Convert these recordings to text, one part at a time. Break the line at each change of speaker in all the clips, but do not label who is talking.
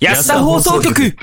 安田放送局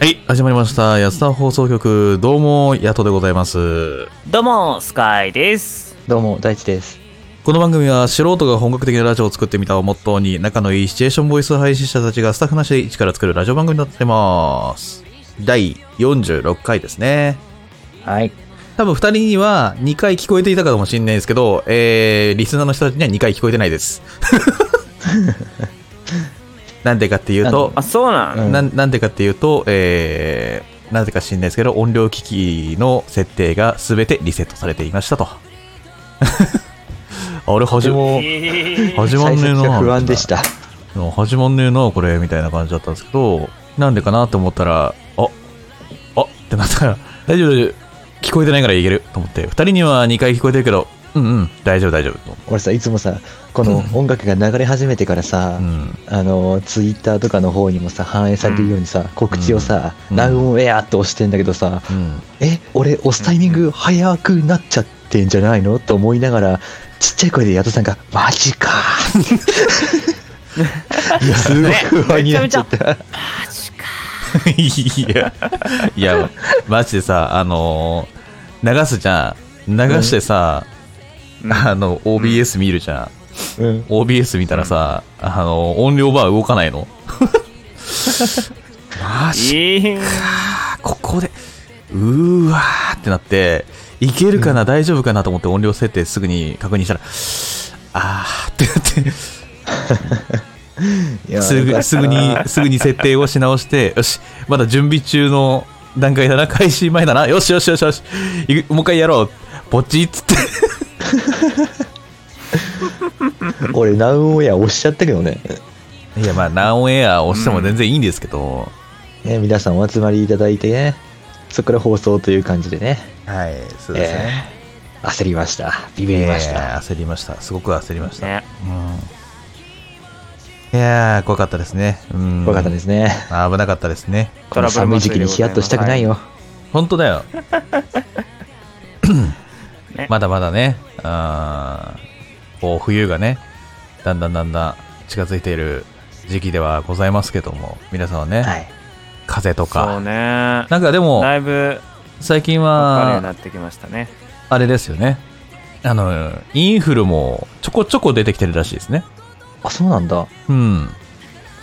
はい、始まりました。安田放送局、どうも、ヤトでございます。
どうも、スカイです。
どうも、大地です。
この番組は素人が本格的なラジオを作ってみたをモットーに、仲のいいシチュエーションボイス配信者たちがスタッフなしで一から作るラジオ番組になってます。第46回ですね。
はい。
多分2人には2回聞こえていたかもしれないですけど、えー、リスナーの人たちには2回聞こえてない です。なんでかっていうと、
あ、そうなん、
うん
なんなんでかっていうと、えー、なぜか知んないですけど、音量機器の設定が全てリセットされていましたと。 あれ、始ま、始まんねえ
最初
な。
は不安でした。
うん始まんねえな、これ、みたいな感じだったんですけど、なんでかなと思ったら、あ、あってなったから、 大丈夫、大丈夫。聞こえてないからいけると思って、二人には2回聞こえてるけど、うんうん、大丈夫、大丈夫。と
俺さ、いつもさ、この音楽が流れ始めてからさ、
うん。
あの、ツイッターとかの方にもさ、反映されてるようにさ、告知をさ、
うん
ナウンウェアって押してんだけどさ、
うん。
え、俺押すタイミング早くなっちゃってんじゃないのと思いながら、ちっちゃい声で矢田さんが、マジ かーいや、すごい不安になっちゃった。
いや、いや、マジでさ、あのー流すじゃん。流してさ、あの、OBS 見るじゃん。
うん。
OBS 見たらさ、あのー音量バー動かな いの。マジ
えー、
か、ここで、うーわーってなって、いけるかな、大丈夫かなと思って音量設定すぐに確認したら、あーってなって、
いや
すぐすぐに、すぐに設定をし直して、よし、まだ準備中の段階だな、開始前だな、よしよしよしよし、いくもう一回やろう、ポチッつ って、
俺、ナウンウェア押しちゃったけどね。
いや、まあ、ナオンエア押しても全然いいんですけど、
ね、皆さんお集まりいただいてね、そこから放送という感じでね、
はい、そうですね。
えー焦りました。ビビりまし
え
た。
ー焦りました、すごく焦りました。
ね
うん、いやー、怖かったですね。うん、
怖かったですね。
危なかったですね。
ト
こ
ラ
の
ブル
寒い時期にヒヤッとしたくないよ。
本当だよ。
ね
まだまだね、あーこう冬がね、だんだんだんだん近づいている時期ではございますけども、皆さんはね、
はい。
風邪と
そう
か、
ね。
なんかでも、
だいぶ
最近
分かるようにな
は、
ってきましたね。
あれですよね、あの、インフルもちょこちょこ出てきてるらしいですね。
あ、そうなんだ。
うん。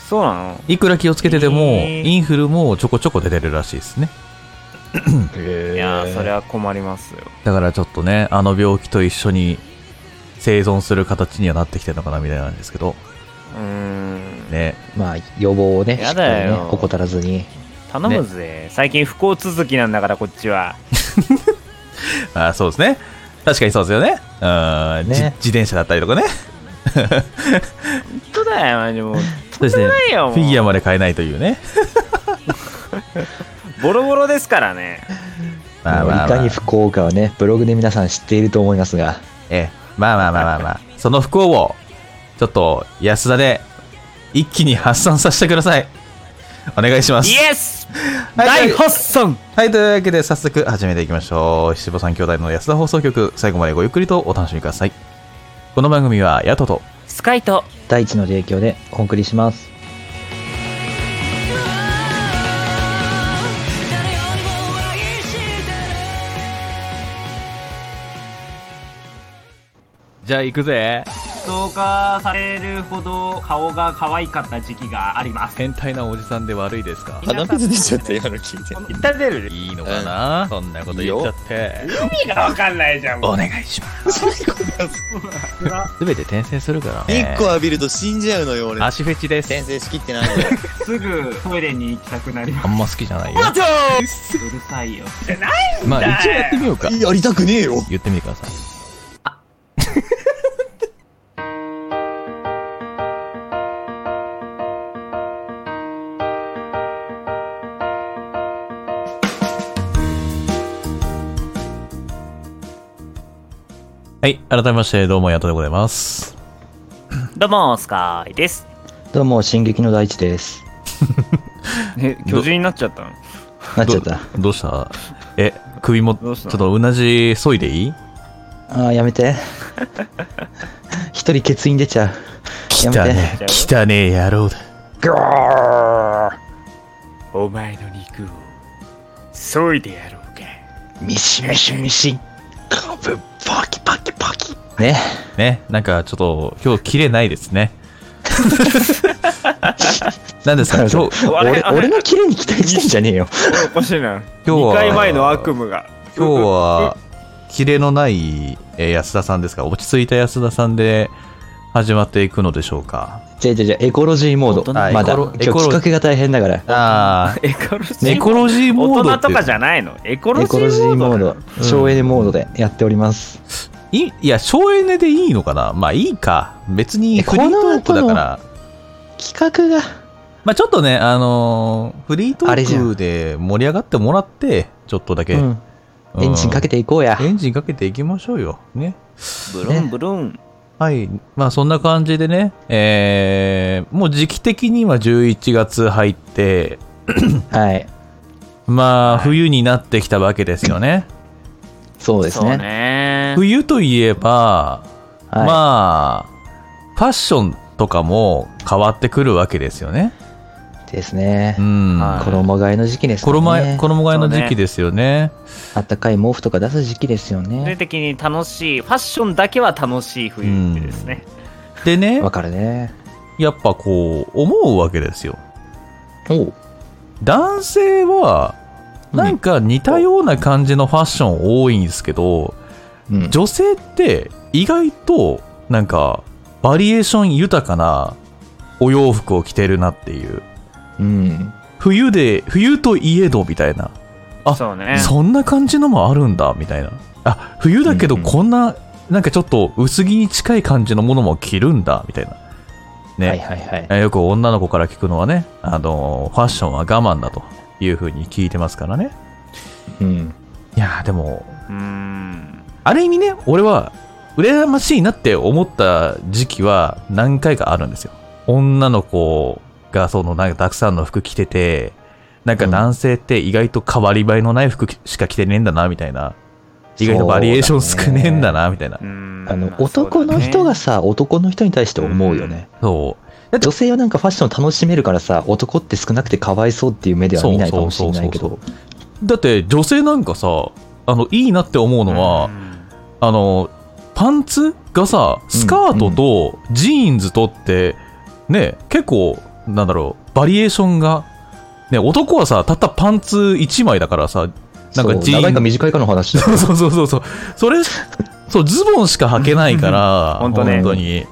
そうなの
いくら気をつけてても、
えー
インフルもちょこちょこ出てるらしいですね。
い
いやー、それは困りますよ。
だからちょっとね、あの病気と一緒に生存する形にはなってきてるのかなみたいなんですけど、
うーん。
ね。
まあ、予防をね、
やだよ
しっかりね、怠らずに。
頼むぜ、最近不幸続きなんだから、こっちは。
あそうですね。確かにそうですよね。うん、じ
ね
自転車だったりとかね。
本当だよ、マ ジもう。
そうですね。
ないよ、もう。
フィギュアまで買えないというね。
ボロボロですからね。
まあまあ
い
ま
か
あ
に。不幸かはね、ブログで皆さん知っていると思いますが、
ええ、まあまあまあまあまあ。その不幸を、ちょっと安田で一気に発散させてください。お願いします。
イエス
はい
大発散
はい、というわけで早速始めていきましょう。七五三兄弟の安田放送局、最後までごゆっくりとお楽しみください。この番組は、ヤトと、
スカイと
大地の提供でお送りします。
じゃあ行くぜ。
ストーカーされるほど顔が可愛かった時期があります
変態なおじさんで悪いですか
鼻水出ちゃった
今の聞いて
痛出る
いいのかな、そんなこと言っちゃって。
意味がわかんないじゃん
お願いします。すべて転生するから
日
ね。
光浴びると死んじゃうのよ俺
足フェチです。
先生仕切ってないのよ
すぐトイレに行きたくなりま
あんま好きじゃないよ。
す うるさいよ
まあ
だよ
一応やってみようか。
やりたくねえよ
言ってみてください。はい。改めまして、どうも、ヤトでございます。
どうもスカイです
どうも、進撃の大地です。
え、巨人になっちゃったの
なっちゃった。
どどうしたえ、首も、ち
ど
ょ
う
っ
した
とうなじ削いでいい
ああ、やめ て。一人欠員出ちゃう。や
汚
めて。
ねえ、汚ねえ野郎だ。
ぐー
お前の肉を、削いでやろうか。
ミシミシミシ。カブ、パキパキパキ。ね。
ね、なんかちょっと今日キレないで すね。何ですか今日、
あれ
俺、俺のキレに期待してんじゃねえよ。
おかしいな。
今日
2
は
回前の悪夢が。
今日は、キレのないえー安田さんですか落ち着いた安田さんで始まっていくのでしょうか
じゃあじゃあじゃあエコロジーモード。
あ
まだ。
エコロ
今日企画が大変だから。
あ あ、
エコロジー
エコロジーモ
大
ードっ
人
て
とかじゃないのエコロ
エ
ジ
コロジ
ー
ーモ
モー
ー
ド
ド
だ。
省エネモードでやっております。
いいや、省エネでいいのかなまあいいか。別に
え
フリートークだ
こ
か
の
ら。
企画が。
まあちょっとね、あのーフリート
あれじゃ
ー
ん
クで盛り上がってもらって、ちょっとだけ、
うん。エンジンかけていこうや
て。エンジンかけていきましょうよ。ね。
ブ
ル
ル
ン
ンブルン。
はい。まあそんな感じでね、えー、もう時期的には11月入って、
はい。
まあ、
はい
冬になってきたわけですよね。
そうです
そう
ね。
ね。
冬といえば、
はい、
まあ、ファッションとかも変わってくるわけですよね。
ですね
う。ん。
はい
衣替えの時期ですね。
衣替え衣替えの時期ですよね。
あったかい毛布とか出す時期ですよ
全体
ね。
的に楽しい、ファッションだけは楽しい冬ですね。
でね
わ、かるね。
やっぱこう、思うわけですよ。
おう。
男性は、なんか似たような感じのファッション多いんですけど、
うん、
女性って意外と、なんか、バリエーション豊かなお洋服を着てるなっていう。
うん。
冬で、冬といえどみたいな。あ
そうね。
そんな感じのもあるんだみたいなあ冬だけど
うんうん
こんな、なんかちょっと薄着に近い感じのものも着るんだみたいなね、
はいはいはい。
えよく女の子から聞くのはねあのファッションは我慢だというふうに聞いてますからね
うん。
いやーでも
うーん。
ある意味ね俺は羨ましいなって思った時期は何回かあるんですよ女の子がそのなんかたくさんの服着ててなんか男性って意外と変わり映えのない服しか着てねえんだなみたいな意外とバリエーション少ねえんだなみたいな
うーん
あの
ま、あ
男の人が
そ
さ、男の人に対して思うよね。
そう
女性はなんかファッション楽しめるからさ、男って少なくてかわいそうっていう目では
そう
見ないか
そ
も
う
し
そ
れ
う
な
そ
いうけど。
だって女性なんかさあのいいなって思う
うだね
のは、
うん
あのパンツがさスカートとジーンズとって、ね結構なんだろうバリエーションが、ね、男はさたったパンツ1枚だからさなんか
そう
ジーン
長いか短いかの話だ。
そう そうそうそうそうそれそうズボンしか履けないから
本当ね
に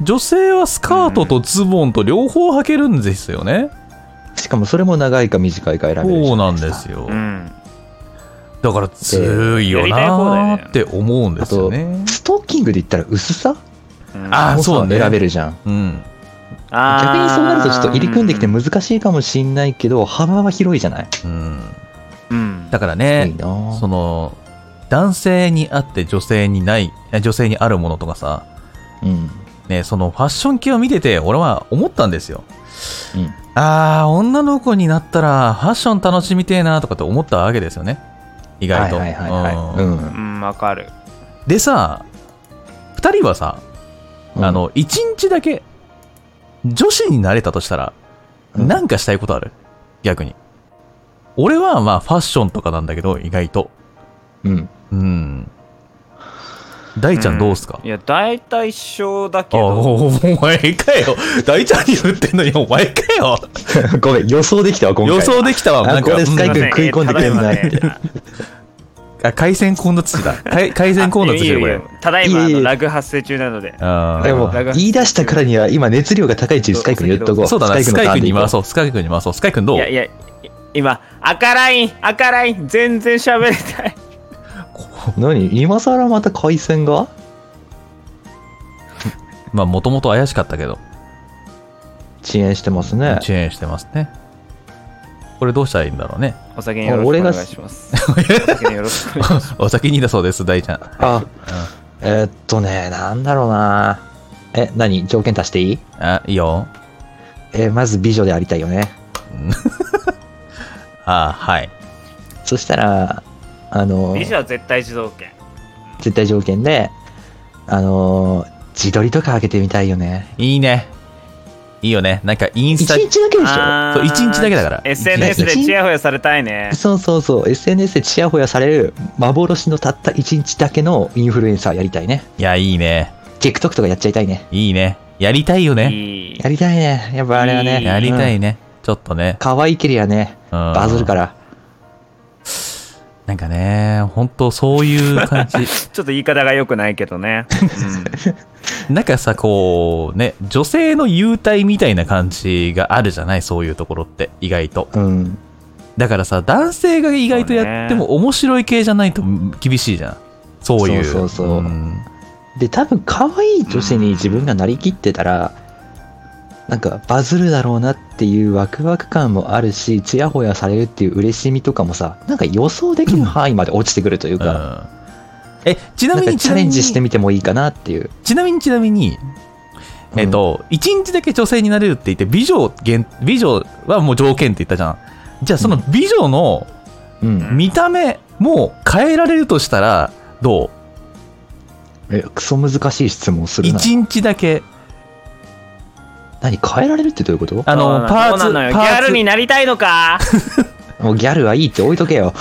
女性はスカートとズボンと両方履けるんですよね、
しかもそれも長いか短いか選べるじ
そ
ゃ
う
な
ないん
すか
ですよ、
うん。
だから強いよなーって思うんですよね
ストッキングで言ったら薄さ
うん
あ
も
そうね
選べるじゃん。
うん
あー
逆にそうなるとちょっと入り組んできて難しいかもしんないけど、幅は広いじゃない。
うん
うん。
だから
い
ね
いなぁ
その男性にあって女性にないえ女性にあるものとかさ、
うん。
ね、そのファッション系を見てて俺は思ったんですよ
うん。
あー女の子になったらファッション楽しみてえなとかって思ったわけですよね意外
はい
と、
はいはいはい。
う
うんん。
うん、わかる。
でさ2人はさ、
うん
あ、の1日だけ女子になれたとしたら
うん
なんかしたいことある逆に。俺はまあファッションとかなんだけど、意外と。
うん。
うん。大ちゃんどうすか、
いや、大体一緒だけ
あ
ど。
おお前かよ大ちゃんに言ってんのにお前かよ
ごめん、予想できたわ、今回。
予想できたわ。
あ
なんか
これ、スカイ
すいませ
君食い込んでくれない
えーただいまね
うんあ海鮮混雑地だ。海海鮮混雑地だよ、こ
いいよいい
れ
よ。ただいまあ
いい
の
よ
ラグ発生中なので。
あー
でも
ラグ、
言い出したからには、今熱量が高いっていうスカイ君に言っとこう。
そうだな、スカイ君に回
う。
そう。スカイ君に回そう。スカイ君ど
いうやいや、い今、赤ライン、赤ライン、全然喋れない。
何今更また回線が
まあ、もともと怪しかったけど、
遅延してますね。
遅延してますね。これどうしたらいいんだろうね。
お酒によろしくお願いします。お酒によろしくお願いします。
お先にだそうです、大ちゃん。
あ、えーっとね、なんだろうな。え、何条件足していい
あ、いいよ。
えーまず美女でありたいよね。
ああ、はい。
そしたら、あの、
美女は絶対自動権
絶対条件で、あの、自撮りとか開けてみたいよね。
いいね。いいよね。なんかイン
一
スタ、
日だけでしょ
あー
そう一日だけだから
SNS でチヤホヤされたいね
そうそうそう、SNS でチヤホヤされる幻のたった一日だけのインフルエンサーやりたいね。
いや、いいね。
TikTok とかやっちゃいたいね。
いいね。やりたいよね。
いい
やりたいね。やっぱあれはね。
いい
やりた
うん。
いね。ちょっとね。
可愛いけりゃね、
うん
バズるから。
なんかね、本当そういう感
ちょ
じ。
っと言い方が良くないけどね、
なんかさ、こう、ね、女性の幽体みたいな感じがあるじゃないそういうところって、意外と。
うん。
だからさ、男性が意外とやっても面白い系じゃないと厳しいじゃん。そういう。
そうそうそうんで、多分可愛い女子に自分がなりきってたら、なんかバズるだろうなっていうワクワク感もあるし、チヤホヤされるっていう嬉しみとかもさ、なんか予想できる範囲まで落ちてくるという
う
か、
ん。え、ちな
なん
み
か
に、
チャレンジして
み
みてもいいかなっていう。
ちなみに、ちなみに、えっ、と、一日だけ女性になれるって言って、美女限、美女はもう条件って言ったじゃん。じゃあ、その美女の
うん、うん。
見た目も変えられるとしたら、どう
え、クソ難しい質問するな。
一日だけ。
何変えられるってどういうこと
あの、パー
そう
ツ、
なのよ
パ
ギャ
ー
ル
ツ
に、なりたいのか
もうギャルはいいって置いとけよ。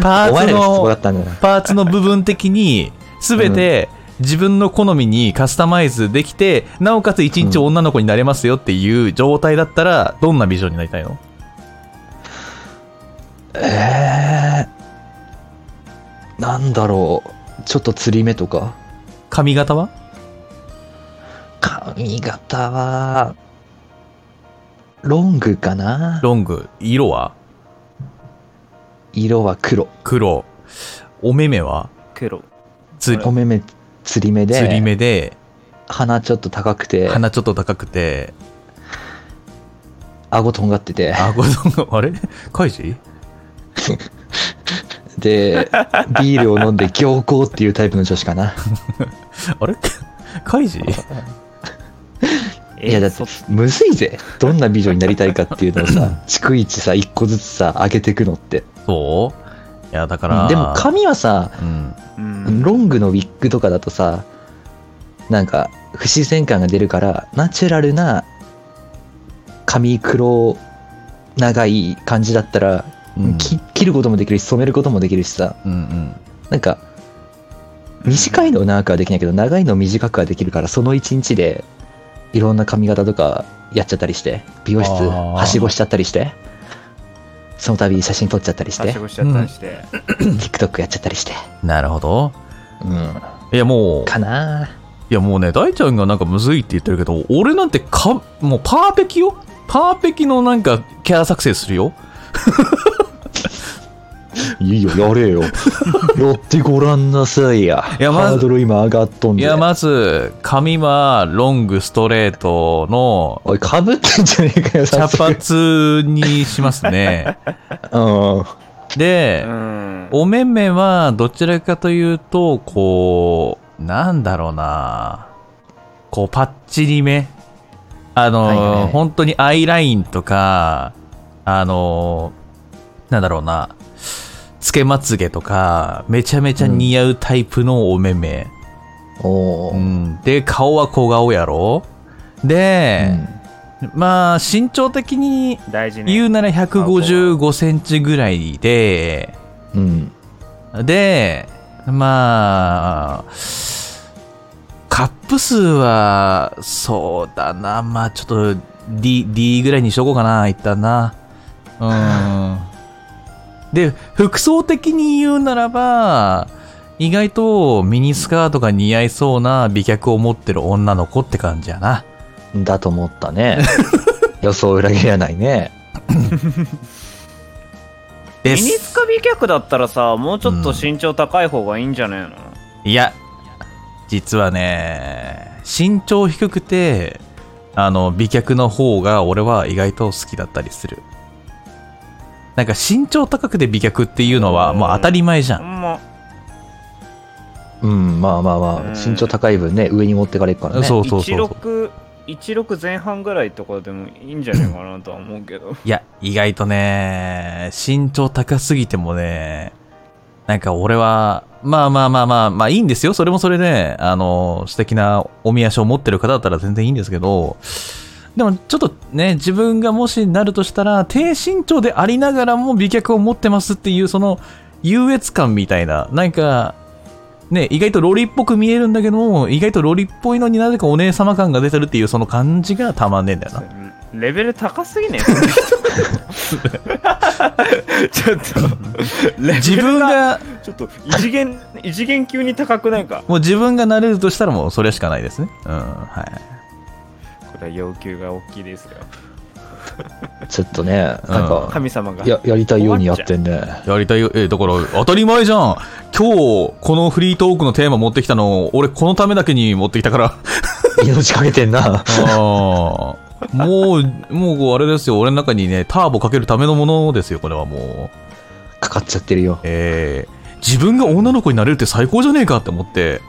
パ
お
ー
前
ツ
らが質問だ
の
っ、たんだよ。
パーツの部分的に、すべて自分の好みにカスタマイズできて、なおかつ一日女の子になれますよっていう状態だったら、どんな美女になりたいの
えー、なんだろう。ちょっと釣り目とか
髪型は
髪型は、ロングかな
ロング。色は
色は黒。
黒。お目目は
黒
つ
お目目釣り目で、
釣り目で、
鼻ちょっと高くて、
鼻ちょっと高く て、
顎とんがってて、
顎の、あれカイジ
で、ビールを飲んで行行っていうタイプの女子かな。
あれカイジ
いやだって
そ
むずいぜ。どんな美女になりたいかっていうのを さ、逐一さ、一個ずつさ、上げてくのって。
そういや、だから、
でも髪はさ、
うん。
うん
ロングのウィッグとかだとさ、なんか不自然感が出るから、ナチュラルな髪黒長い感じだったら、
うん
き切ることもできるし、染めることもできるしさ、
うんうん。
なんか短いのを長くはできないけど、長いのを短くはできるから、その一日でいろんな髪型とかやっちゃったりして、美容室
あー
はしごしちゃったりして、その度写真撮っちゃったりして
は、しごしちゃったりして、
TikTok やっちゃったりして、
なるほど。
うん、
いや、もう、
かなぁ。
いやもうね、大ちゃんがなんかむずいって言ってるけど、俺なんてか、もうパーペキよパーペキのなんかキャラ作成するよ
いいよ、やれよ。やってごらんなさいや。
いやまず
ハードル今上がっとん
い
で。
や、まず、髪はロングストレートの
おい、かぶってんじゃねえかよ、
茶
さすが。
髪にしますね。
うん。
で、
うん
おめめはどちらかというと、こう、なんだろうなこう、パッチリめ。あの、
はいはいはい
本当にアイラインとか、あの、なんだろうなつけまつげとか、めちゃめちゃ似合うタイプのおめめ。
お
う
ー
んで、顔は小顔やろで、まあ、身長的に
大事
言
ね
うなら155センチぐらいで、
うん。うん。
で、まあ、カップ数は、そうだな、まあちょっと D, D ぐらいにしとこうかな、いったな。うん。で、服装的に言うならば、意外とミニスカートが似合いそうな美脚を持ってる女の子って感じやな。
だと思っ たね。予想裏切らないね。
ミ
で
ニ
す。
スカ美脚だったらさもうちょっと身長高い方がいいんじゃねえの、
いや、実はね、身長低くて、あの、美脚の方が俺は意外と好きだったりする。なんか身長高くて美脚っていうのはもう当たり前じゃ
ほ
ん。
んま
うん、まあまあま
う
あ、
ん
身長高い分ね、上に持ってかれるからね。
そうそうそうそう。
16
16前半ぐらいとかでもいいんじゃないかなとは思うけど
いや、意外とね、身長高すぎてもね、なんか俺は、まあまあまあまあ、まあいいんですよ。それもそれで、あの、素敵なおみ足を持ってる方だったら全然いいんですけど、でもちょっとね、自分がもしなるとしたら、低身長でありながらも美脚を持ってますっていう、その優越感みたいな、なんか、ね、意外とロリっぽく見えるんだけども、意外とロリっぽいのになぜかお姉様感が出てるっていう、その感じがたまんねえんだよな。
レベル高すぎねその人ちょっとレベ ル
自分が、
ちょっと異次元異次元級に高くないか
もう自分がなれるとしたらもうそれしかないですね。うん、はい。
これは要求が大きいですよ
ちょっとね、なんか、
神様が
ややりたいようにやってんね。
やりたいよ、え、だから当たり前じゃん。今日、このフリートークのテーマ持ってきたの、俺このためだけに持ってきたから。
命かけてんな。
あーもう、もうあれですよ。俺の中にね、ターボかけるためのものですよ、これはもう。
かかっちゃってるよ。
えー、自分が女の子になれるって最高じゃねえかって思って、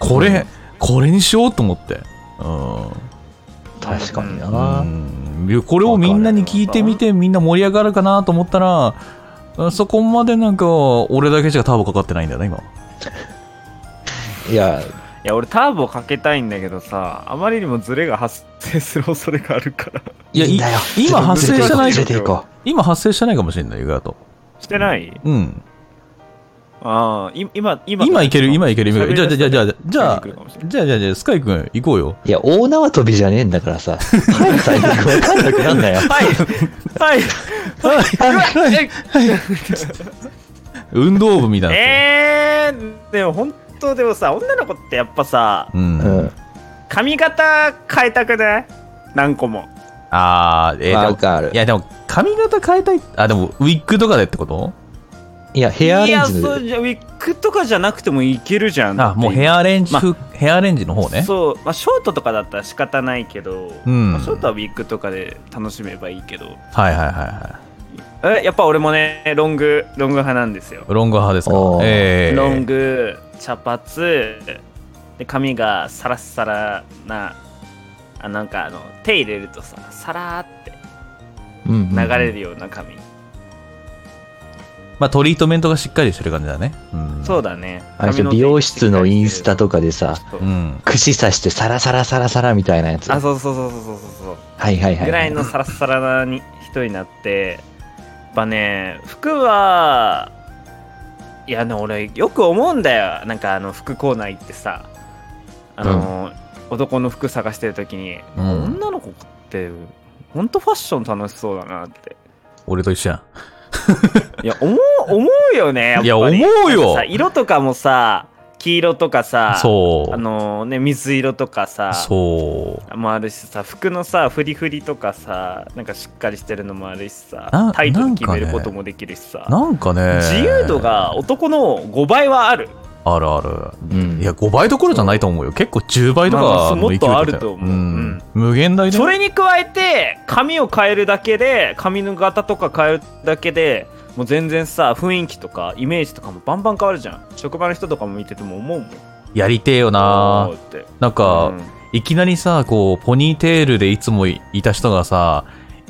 これ、これにしようと思って。うん。
確かにな。
うん、これをみんなに聞いてみてみんな盛り上がるかなと思ったらあそこまでなんか俺だけしかターボかかってないんだよね今
いや、
いや俺ターボかけたいんだけどさあまりにもズレが発生する恐れがあるから
いや
いいんだよ。
い今発生してない
連れて行こ
今発生してないかもしれない意外と
してない
うん
ああい今今
今いける今いける今いけるじゃあじゃあじゃあじゃあ
喋り出したら
じゃあじゃあじゃあスカイ君行こうよ
う。いや、大縄跳びじゃねえんだか らさ。早く最悪わかんなくなんだよ。
はい はいはいはい
運動部みたいになって
えー、でも本当でもさ女の子ってやっぱさ
うん、
うん。
髪型変えたくない何個も
ああえー、で
わ
も
かる
い。やでも髪型変えたいあでもウィッグとかでってこと
いや、ヘアアレンジ
いやそう
の。
じゃウィッグとかじゃなくてもいけるじゃん
あもうヘアアレンジ、
ま
ヘアアレンジの方ね
そう、まあ、ショートとかだったら仕方ないけど、
うん
まあショートはウィッグとかで楽しめばいいけど
はいはいはいはい
えやっぱ俺もねロングロング派なんですよ、
ロング派ですか
おー
ええ
ロング茶髪で髪がサラッサラなあなんかあの手入れるとさサラーって
うん
流れるような髪、
まあ、トリートメントがしっかりしてる感じだね。うん。
そうだね
あれでしょ美容室のインスタとかでさ、
そう
うん。
串刺してサラサラサラサラみたいなやつ。
あそうそうそうそうそうそう
はいはいはい。
ぐらいのサラッサラなに人になってやっぱね服はいやね俺よく思うんだよなんかあの服コーナー行ってさあの、男の服探してる時に、
うん
女の子ってほんとファッション楽しそうだなって
俺と一緒やん。
いや 思う思うよねやっぱり
いや思うよ
なんかさ色とかもさ黄色とかさ
そう。
あのね水色とかさ
そう。
もあるしさ服のさフリフリとかさなんかしっかりしてるのもあるしさ
な
タイトル決め
なんか
る
ね
こともできるしさ、
なんかね。
自由度が男の5倍はある
あるある。
うん。
いや、5倍どころじゃないと思うよ。結構10倍と
まあまあ
か
そう
の勢いだよ。
もっとあると思うん
無限大で。
それに加えて髪を変えるだけで髪の型とか変えるだけでもう全然さ雰囲気とかイメージとかもバンバン変わるじゃん職場の人とかも見てても思うもん
やりてえよな
おーって
なんか、
うん
いきなりさ、こう、ポニーテールでいつもいた人がさ、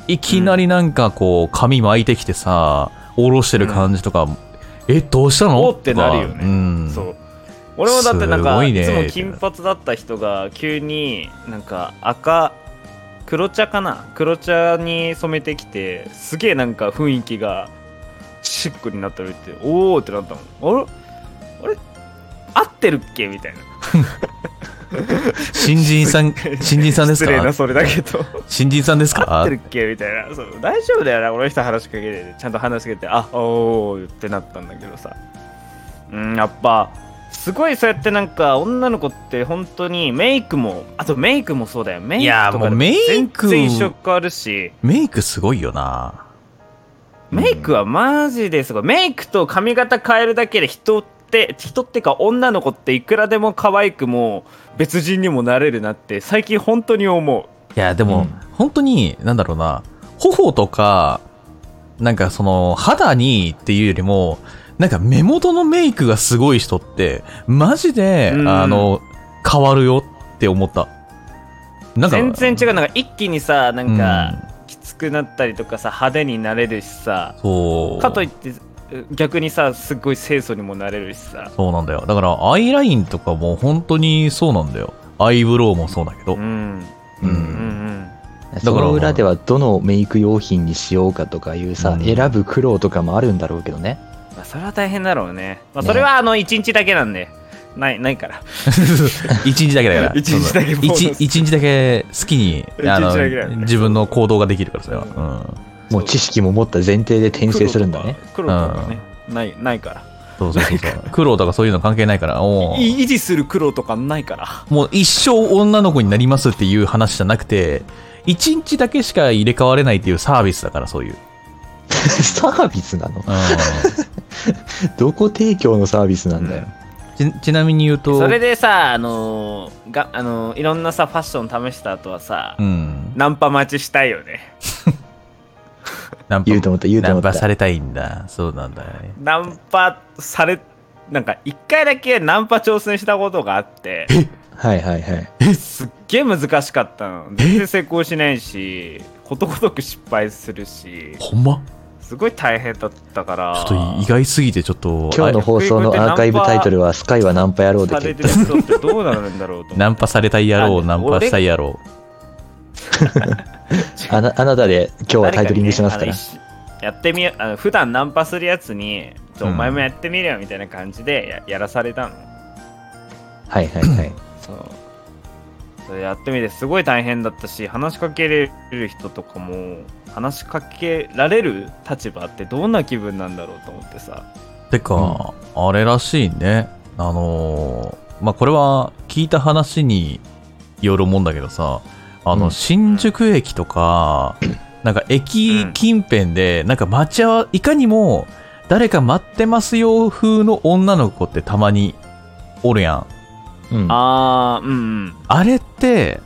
いきなりなんかこう、髪巻いてきてさ、下ろしてる感じとか、え、どうしたの
おーってなるよね
とかうん。
そう俺もだってなん
すご
か
い
い,、
ね
つも金髪だった人が急になんか赤黒茶かな黒茶に染めてきてすげえなんか雰囲気がシックになったりっておおってなったもんあれあれ合ってるっけみたいな
新人さん、新人さんです
失
か
礼なそれだけど
新人さんです
合
か
ってるっけみたいなそう大丈夫だよな俺の人話しかけてちゃんと話しかけてあおーってなったんだけどさうんやっぱすごいそうやってなんか女の子って本当にメイクもあとメイクもそうだよメイクと
いやも
か
う
で
メイク
全然色変わるし
メイクすごいよな。
メイクはマジですごいメイクと髪型変えるだけで人って人ってか女の子っていくらでも可愛くも別人にもなれるなって最近本当に思
いや、でも、
うん
本当に、なんだろうな、頬とか、なんかその、肌にっていうよりも、なんか目元のメイクがすごい人って、マジで、
うん
あの、変わるよって思った。
う
なんか
全然違うなんか一気にさなんか、
うん
きつくなったりとかさ派手になれるしさ
そう
かといって逆にさすっごい清楚にもなれるしさ
そうなんだよだからアイラインとかも本当にそうなんだよアイブロウもそうだけど、
うん
うん
うんうん
その裏ではどのメイク用品にしようかとかいうさ、
うん
選ぶ苦労とかもあるんだろうけどね。
まあ、それは大変だろうね、まあ、それはあの1日だけなんでないないから
一日だけだから
一日だけ
そうそう一一日だけ好きにあの
一日だけだよね
自分の行動ができるからそれは、うん、
もう知識も持った前提で転生するんだね。
黒とかね、ないないから
そうそうそうそう 苦労とかそういうの関係ないからおー
い維持する苦労とかないから
もう一生女の子になりますっていう話じゃなくて一日だけしか入れ替われないっていうサービスだからそういう、
サービスな
う
の どこ提供のサービスなんだよ。
ん、ちちなみに言うと
それでさあのーがあのーいろんなさファッション試した後はさ、
うん
ナンパ待ちしたいよね
ナンパ
言うと思った、言うと
ナ
思
ン
った
パ。されたいんだそうなんだよね
ナンパされなんか一回だけナンパ挑戦したことがあって
はいはいはい。
すっげえ難しかったの全然成功しないしことごとく失敗するし
ほんます
ごい大変だったから
ちょっと意外すぎてちょっと
今日の放送のアーカイブタイトルは、スカイはナンパ野郎で
されてる人ってどうなるんだろうと思って
ナンパされたい野郎
あ
ナンパしたい野郎
あなあなたで今日はタイトリングしますか
誰にねあ
ら。
の一緒やってみよあの普段ナンパするやつにちょ
うん
お前もやってみるよみたいな感じでや,、やらされたの
はいはいはい。
そうそれやってみてすごい大変だったし話しかけれる人とかも話しかけられる立場ってどんな気分なんだろうと思ってさ
てか、あれらしいねあのーまあこれは聞いた話によるもんだけどさあの、
うん
新宿駅とか、なんか駅近辺でなんか待ち合わいかにも誰か待ってますよ風の女の子ってたまにおるやん
うん、
あーうんうん
あれって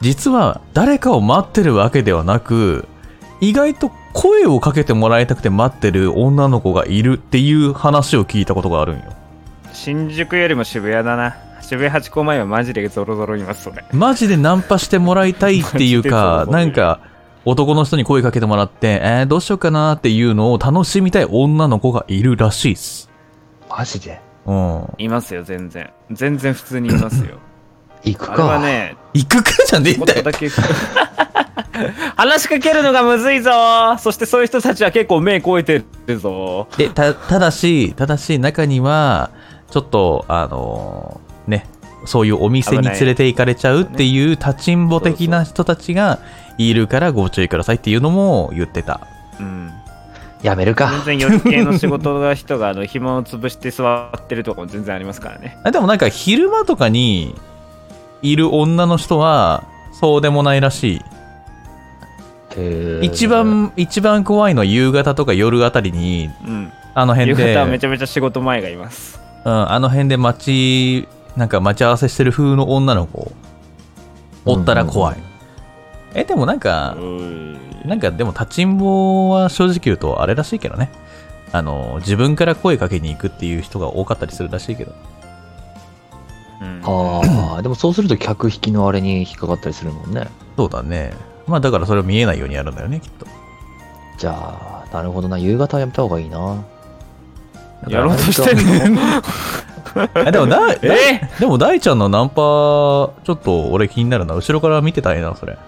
実は誰かを待ってるわけではなく意外と声をかけてもらいたくて待ってる女の子がいるっていう話を聞いたことがあるんよ
新宿よりも渋谷だな渋谷八甲前はマジでゾロゾロいますそれ
マジでナンパしてもらいたいっていうか
マジでそう思う
なんか男の人に声かけてもらってえーどうしようかなっていうのを楽しみたい女の子がいるらしいっす
マジで
うん
いますよ全然全然普通にいますよ
行く
あれ
か。
はね
行くかじゃねえん
もっ
だ
と
よ
だけ 話しかけるのがむずいぞーそしてそういう人たちは結構目超えてるぞ
でたただしただし中にはちょっとあのーねそういうお店に連れて行かれちゃうっていう立ちんぼ的な人たちがいるからご注意くださいっていうのも言ってた
うん
やめるか。
全然夜系の仕事の人があの暇を潰して座ってるとかも全然ありますからね
あでもなんか昼間とかにいる女の人はそうでもないらし
へー
い一。番一番怖いのは夕方とか夜あたりに
うん
あの辺
夕
で
方はめちゃめちゃ仕事前がいます
うん、あの辺で待ち、なんか待ち合わせしてる風の女の子、おったら怖い。え、でもなんか、なんかでも立ちんぼは正直言うとあれらしいけどね。あの、自分から声かけに行くっていう人が多かったりするらしいけど。
うん
ああ、でもそうすると客引きのあれに引っかかったりするもんね。
そうだね。まあだからそれを見えないようにやるんだよね、きっ と。
じゃあ、なるほどな。夕方はやめた方がいいな。
やろうとしてんの
え、でもだ、
え
でも大ちゃんのナンパ、ちょっと俺気になるな。後ろから見てたいな、それ。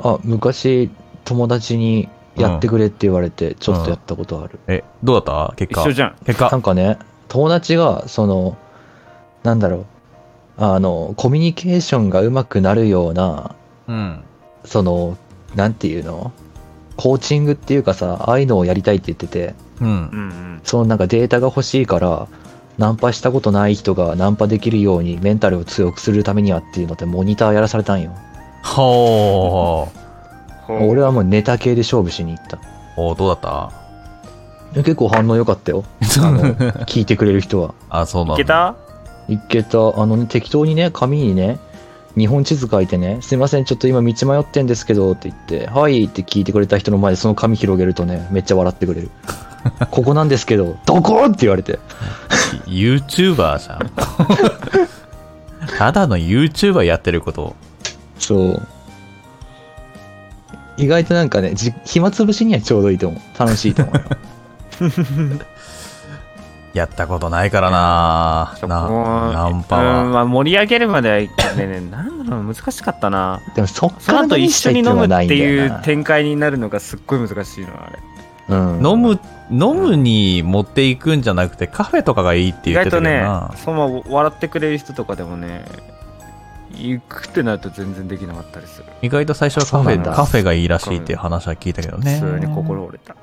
あ、昔、友達にやってくれって言われて、ちょっとやったことある。
え、どうだった結
一
果
緒。じゃん
結
な
果。
んかね、友達が、その、なんだろう、あの、コミュニケーションがうまくなるような、
うん。
その、なんていうのコーチングっていうかさ、ああいうのをやりたいって言ってて、
う。
うんん
そのなんかデータが欲しいから、ナンパしたことない人がナンパできるようにメンタルを強くするためにはっていうのってモニターやらされたんよ。
ほー。
うん
俺はもうネタ系で勝負しに行った。
おーどうだった
で結構反応良かっ たよ。あの、聞いてくれる人は。
あ、そうなん
い
だ
けた
いけた。あのね、適当にね、紙にね、日本地図書いてね、すいません、ちょっと今道迷ってんですけどって言って、はいって聞いてくれた人の前でその紙広げるとね、めっちゃ笑っ てくれる。ここなんですけど、どこって言われて。
YouTuber じゃん。ただの YouTuber やってること。
そう。意外となんかねじ暇つぶしにはちょうどいいと思う楽しいと思 うよ
やったことないからな
そこ
なナンパ
うん
は
まあ、盛り上げるまではいいけどね ねなんだろう難しかったな
でもそっ
そ
か
の
ら
後
何
一
した
緒に
いって
飲
いうの
む
は
っ
ないん
て
だ
い
よ
う
な
展開になるのがすっごい難しいなあれ
うん
飲む飲むに持っていくんじゃなくてカフェとかがいいって
意
言っ
外
てたけど
とね
な、
その笑ってくれる人とかでもね行くってなると全然できなかったりする
意外と最初はカフ
そうな
ェ
んだ
カフェがいいらしいっていう話は聞いたけどね
普通に心折れた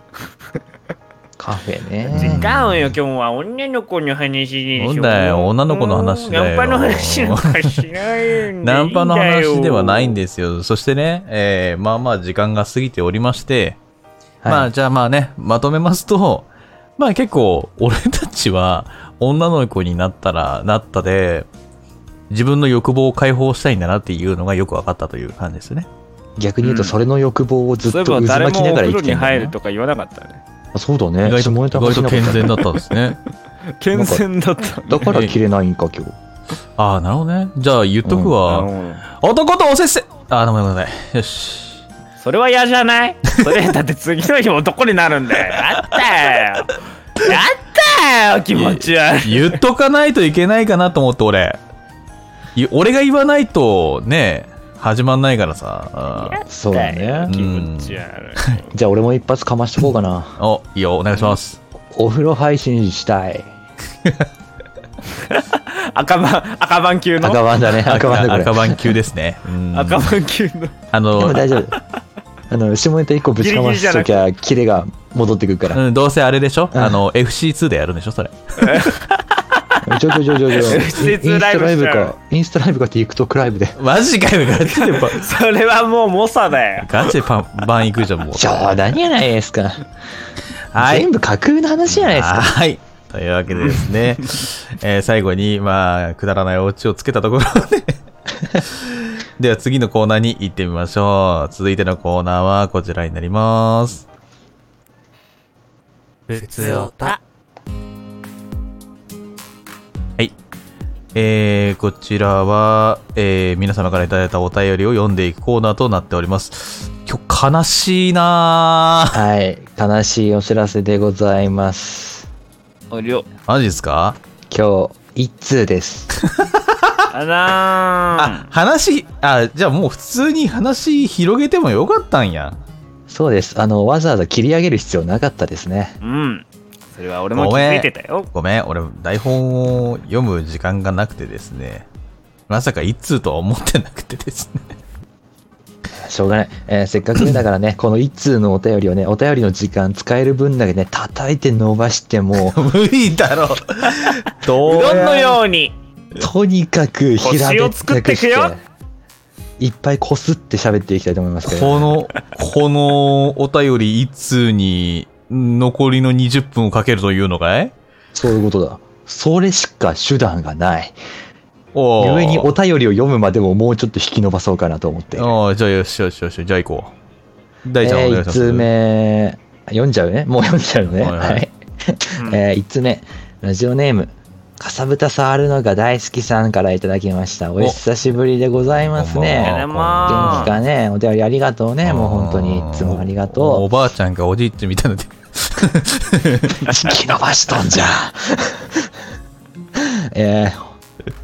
カフェ
う
ね
ん
違うよ今日は女の子の話でしょ
そうだよ女の子の話だよ
ナンパの話なんかしないんで
ナンパの話ではないん
で
ですよ。そしてね、えーまあまあ時間が過ぎておりまして、ま
は
あ
い
じゃあまあね、まとめますと、まあ結構俺たちは女の子になったらなったで、自分の欲望を解放したいんだなっていうのがよく分かったという感じですね。
逆に言うと
うん
それの欲望をずっ
そう
と
いえば
渦
誰
巻
も
きな
お
がら
風
生
呂
きて
に
るん
入
だ
るとか言わなかったね
あそうだ
意
ね
外と
下ネタ
意
が
外
し
と
なかっ
健
た
全だったんですね。
健全だった
だから切れないんか今日
ああ、なるほどね。じゃあ言っとくわ。
あ
男とおせっせああ、ごめんなさい。よし。
それは嫌じゃないそれだって次の日男になるんだよあったよあったよ気持ち悪い
言っとかないといけないかなと思って俺い俺が言わないとね始まんないからさ
そうだね
気持ち悪い
じゃあ俺も一発かましとこうかな
うんおいいよお願いします
お風呂配信したい
赤番赤番級の
赤番だね 赤番だこれ
赤番級ですねうん
赤番級の
あ
でも
の
大丈 夫。あの、下ネタ一個ぶちかましときゃ、キレが戻ってくるから。
うん、どうせあれでしょ
うん
あの FC2 でやるんでしょそれ
ちょちょちょちょ ちょ。イン
施設
ス
ライ
タ
ブ
ライブ
しちゃう
か、インスタライブか TikTok ライブで。
マジかよガチでパン
それはもう猛者だよ
ガチでパンバンいくじゃんもう
冗談じゃないですか。
はい
全部架空の話じゃないですか。
はい。というわけでです ね、えー最後に、まあ、くだらないオチをつけたところ で、では次のコーナーに行ってみましょう。続いてのコーナーはこちらになります。
普通おた。
えー、こちらは、えー皆様からいただいたお便りを読んでいくコーナーとなっております。今日悲しいな
はい。悲しいお知らせでございます。
おりょ
ぁマジですか
今日、一通です。
あら
あ、話、あ、じゃあもう普通に話広げてもよかったんや。
そうです。あの、わざわざ切り上げる必要なかったですね。
ーんうんそれは俺も気づいてたよ
ごめん、俺、台本を読む時間がなくてですね。まさか一通とは思ってなくてですね。
しょうがない。えーせっかくねだか らね、この一通のお便りをね、お便りの時間使える分だけね、叩いて伸ばし ても、
無理だ ろう。ど
う
う
どんの
や
ように
とにかく平べ
腰
っ
を作
た
って
く
いく
して
よ
いっぱいこすって喋っていきたいと思いますけど
この、このお便り一通に残りの20分をかけるというのかい
そういうことだそれしか手段がない
おー
故にお便りを読むまでももうちょっと引き伸ばそうかなと思っている
おーじゃあよしよしよし、じゃあ行こう。
え
大ちゃん、お願いしま
1
す。
通目読んじゃうねもう読んじゃうのね
はいはい
はい、
うん
え1通目ラジオネームかさぶた触るのが大好きさんからいただきましたお久しぶりでございます
こんば
ね
んは
元気かねお便りありがとうねもう本当にいつもありがとう
おおばあちゃんがおじいちゃんみたいになって
引き伸ばしとんじゃ。 えー、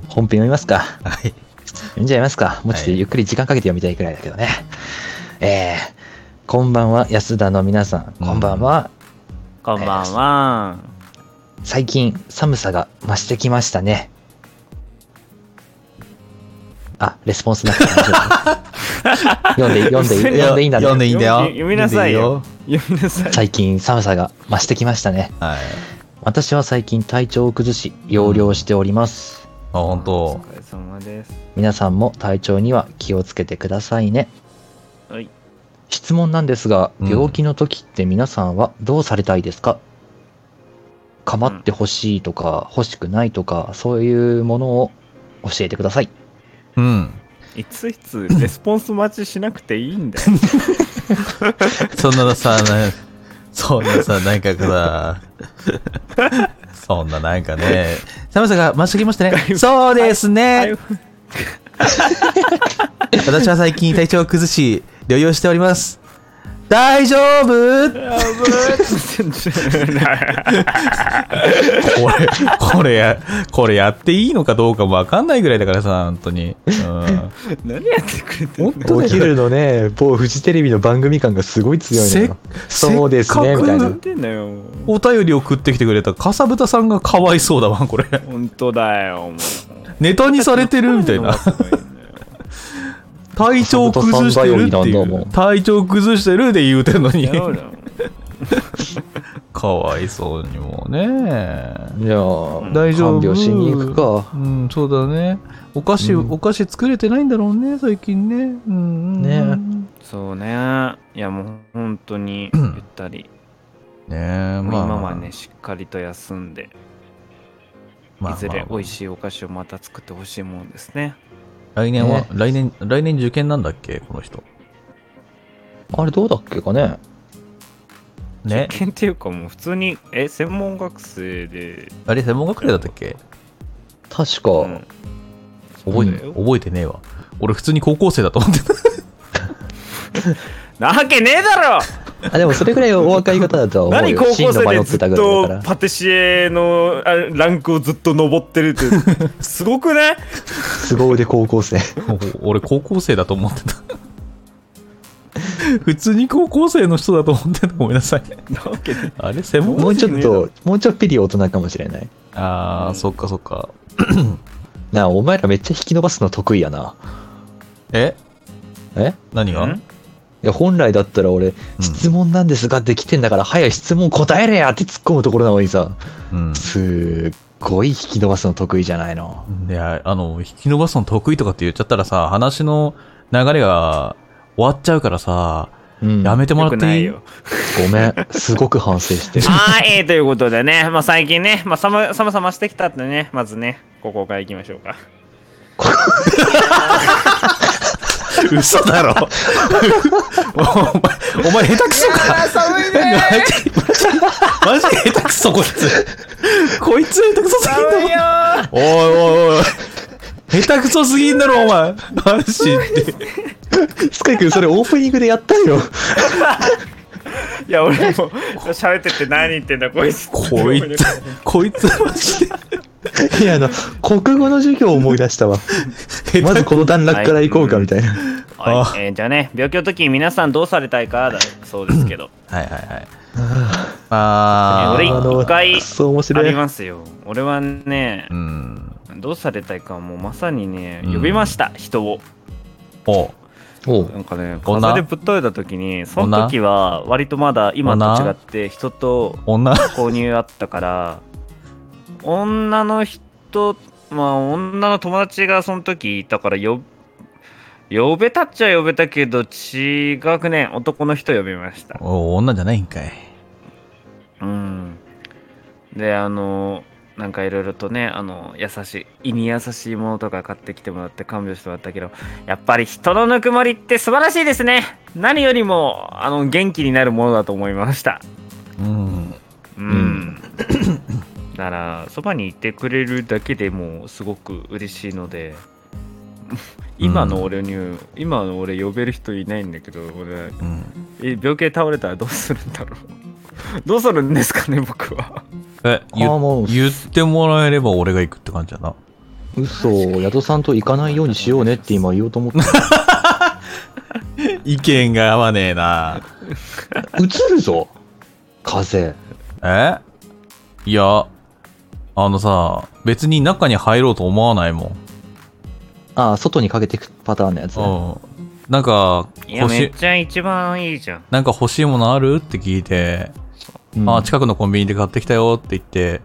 本編読みますか。
はい。
読んじゃいますか。もうちょっとゆっくり時間かけて読みたいくらいだけどね。えー、こんばんは、安田の皆さん。こんばんは。
こんばんは
最近、寒さが増してきましたね。あ、レスポンスなくて大 丈夫読んでいい、読んでいい、 読んでいいんだ
読んで
ね。
いいんだよ。
読み読みなさいよ読みなさい
最近、寒さが増してきましたね。
はい。
私は最近体調を崩し、療養しております。
あ、本
お
当。
疲れ様です
皆さんも体調には気をつけてくださいね
はい
質問なんですが
うん
病気の時って皆さんはどうされたいですか、構ってほしいとか欲しくないとかそういうものを教えてください
うん。
いついつレスポンス待ちしなくていいんだよ
そんなさ、なそんなさ、なんかさ、 そんななんかね、寒さが増してきました ね。そうですね。 私は最近体調を崩し、療養しております。大丈夫
やばい
これ、これや、これやっていいのかどうかもわかんないぐらいだからさ、本当に。うん。
何やってくれてんの
本当
お
だよ
昼の ね、某フジテレビの番組感がすごい強いの
せ
よ。そうですね
せっかく
みたい
や
な
ってんだよもう
お便り送ってきてくれたかさぶたさんがかわいそうだわ、これ。
本当だよもう
ネタにされてるみたいな。体調崩してるって
かさぶたさん
い
頼りなんだも。
うん体調崩してるで言うてんのに
や。ろうよ
かわいそうにもね。
いやー
大丈夫
看病しに行くか。
うんそうだねお菓子、
うん
お菓子作れてないんだろうね最近ねうん
ね
そうねいやもう本当にゆったり
ねえ
もう
まあ
今はねしっかりと休んで
まあ
いずれ
まあ
美味しいお菓子をまた作ってほしいもんですね
来年は、
ね
来年来年受験なんだっけこの人
あれどうだっけかね。
ね
受験っていうかもう普通にえ専門学生で
あれ専門学生だったっけ
確か、
うん
覚え
そうだよ
覚えてねえわ俺普通に高校生だと思ってた
なわけねえだろ
あ、でもそれぐらいお若い方だとは思うよ。
何高校
進路
生
迷
で
っ
ず
て
った
ぐらいだから
と。パティシエのあランクをずっと上ってるってすごくね
凄腕高校生。
お俺高校生だと思ってた 普通に高校生の人だと思ってたごめんなさい
なわけね
あれ専門
もうちょっ
マ
と、もうちょっぴり大人かもしれない。
ああそっかそっか
なあ、お前らめっちゃ引き伸ばすの得意やな。
え
え
何が
ん
いや、本来だったら俺、
ん
質問なんですがって来てんだから、早い質問答えれやって突っ込むところなのにさ、
うん
すっごい引き伸ばすの得意じゃないの。
いや、あの、引き伸ばすの得意とかって言っちゃったらさ、話の流れが終わっちゃうからさ、
うん、
やめてもら
よ
っ
く
て
ない
いい
よ。
ごめん、すごく反省してる
はい、えーということでね、 まあ、最近ね、まあ、さまさまさましてきたってね、まずね、ここから行きましょうか。
嘘だろお前、お前下手くそか
寒いね
マジ下手くそこいつ。こいつ下手くそすぎんだろ。
よ
おいおいおい。下手くそすぎんだろ、お前。マジで。
スカイ君、それオープニングでやったよ。
いや、俺も喋ってて何言ってんだ、こいつ。
こいつ、こいつマジで。
いや、あの、国語の授業を思い出したわ。まずこの段落から行こうか、みたいな。
はい、えーじゃあね、病気の時皆さんどうされたいかだそうですけど、
はいはいはい。
あ
あ
俺
ー。
一回
そう面
あ
白
り
い。
ますよ。俺はね
う、ん。
どうされたいかはもうまさにね、
うん
呼びました、人を。
おう
おう
なんかね、
女
風でぶっ倒れた時に、その時は割とまだ今と違って人と
女
購入あったから女の人まあ女の友達がその時いたからよ呼べたっちゃ呼べたけど違くね男の人呼びました
お女じゃないんかい。
うんであのなんかいろいろとねあの優しい胃に優しいものとか買ってきてもらって看病してもらったけどやっぱり人のぬくもりって素晴らしいですね何よりもあの元気になるものだと思いました
うん。
うん、だからそばにいてくれるだけでもうすごく嬉しいので今の俺に、今の俺呼べる人いないんだけど俺
うん
え病気で倒れたらどうするんだろうどうするんですかね僕は
え、
ああ、
言
もう、
言ってもらえれば俺が行くって感じだな。
嘘、ヤトさんと行かないようにしようねって今言おうと 思った。
意見が合わねえな。
映るぞ風。
えいや、あのさ、別に中に入ろうと思わないも
ああ、外にかけてくパターンのやつね。
ん。うん。なんか、
いや
欲
め
し
っちゃ一番いいじゃん
なんか欲しいものあるって聞いて、
うん
あ、近くのコンビニで買ってきたよって言って、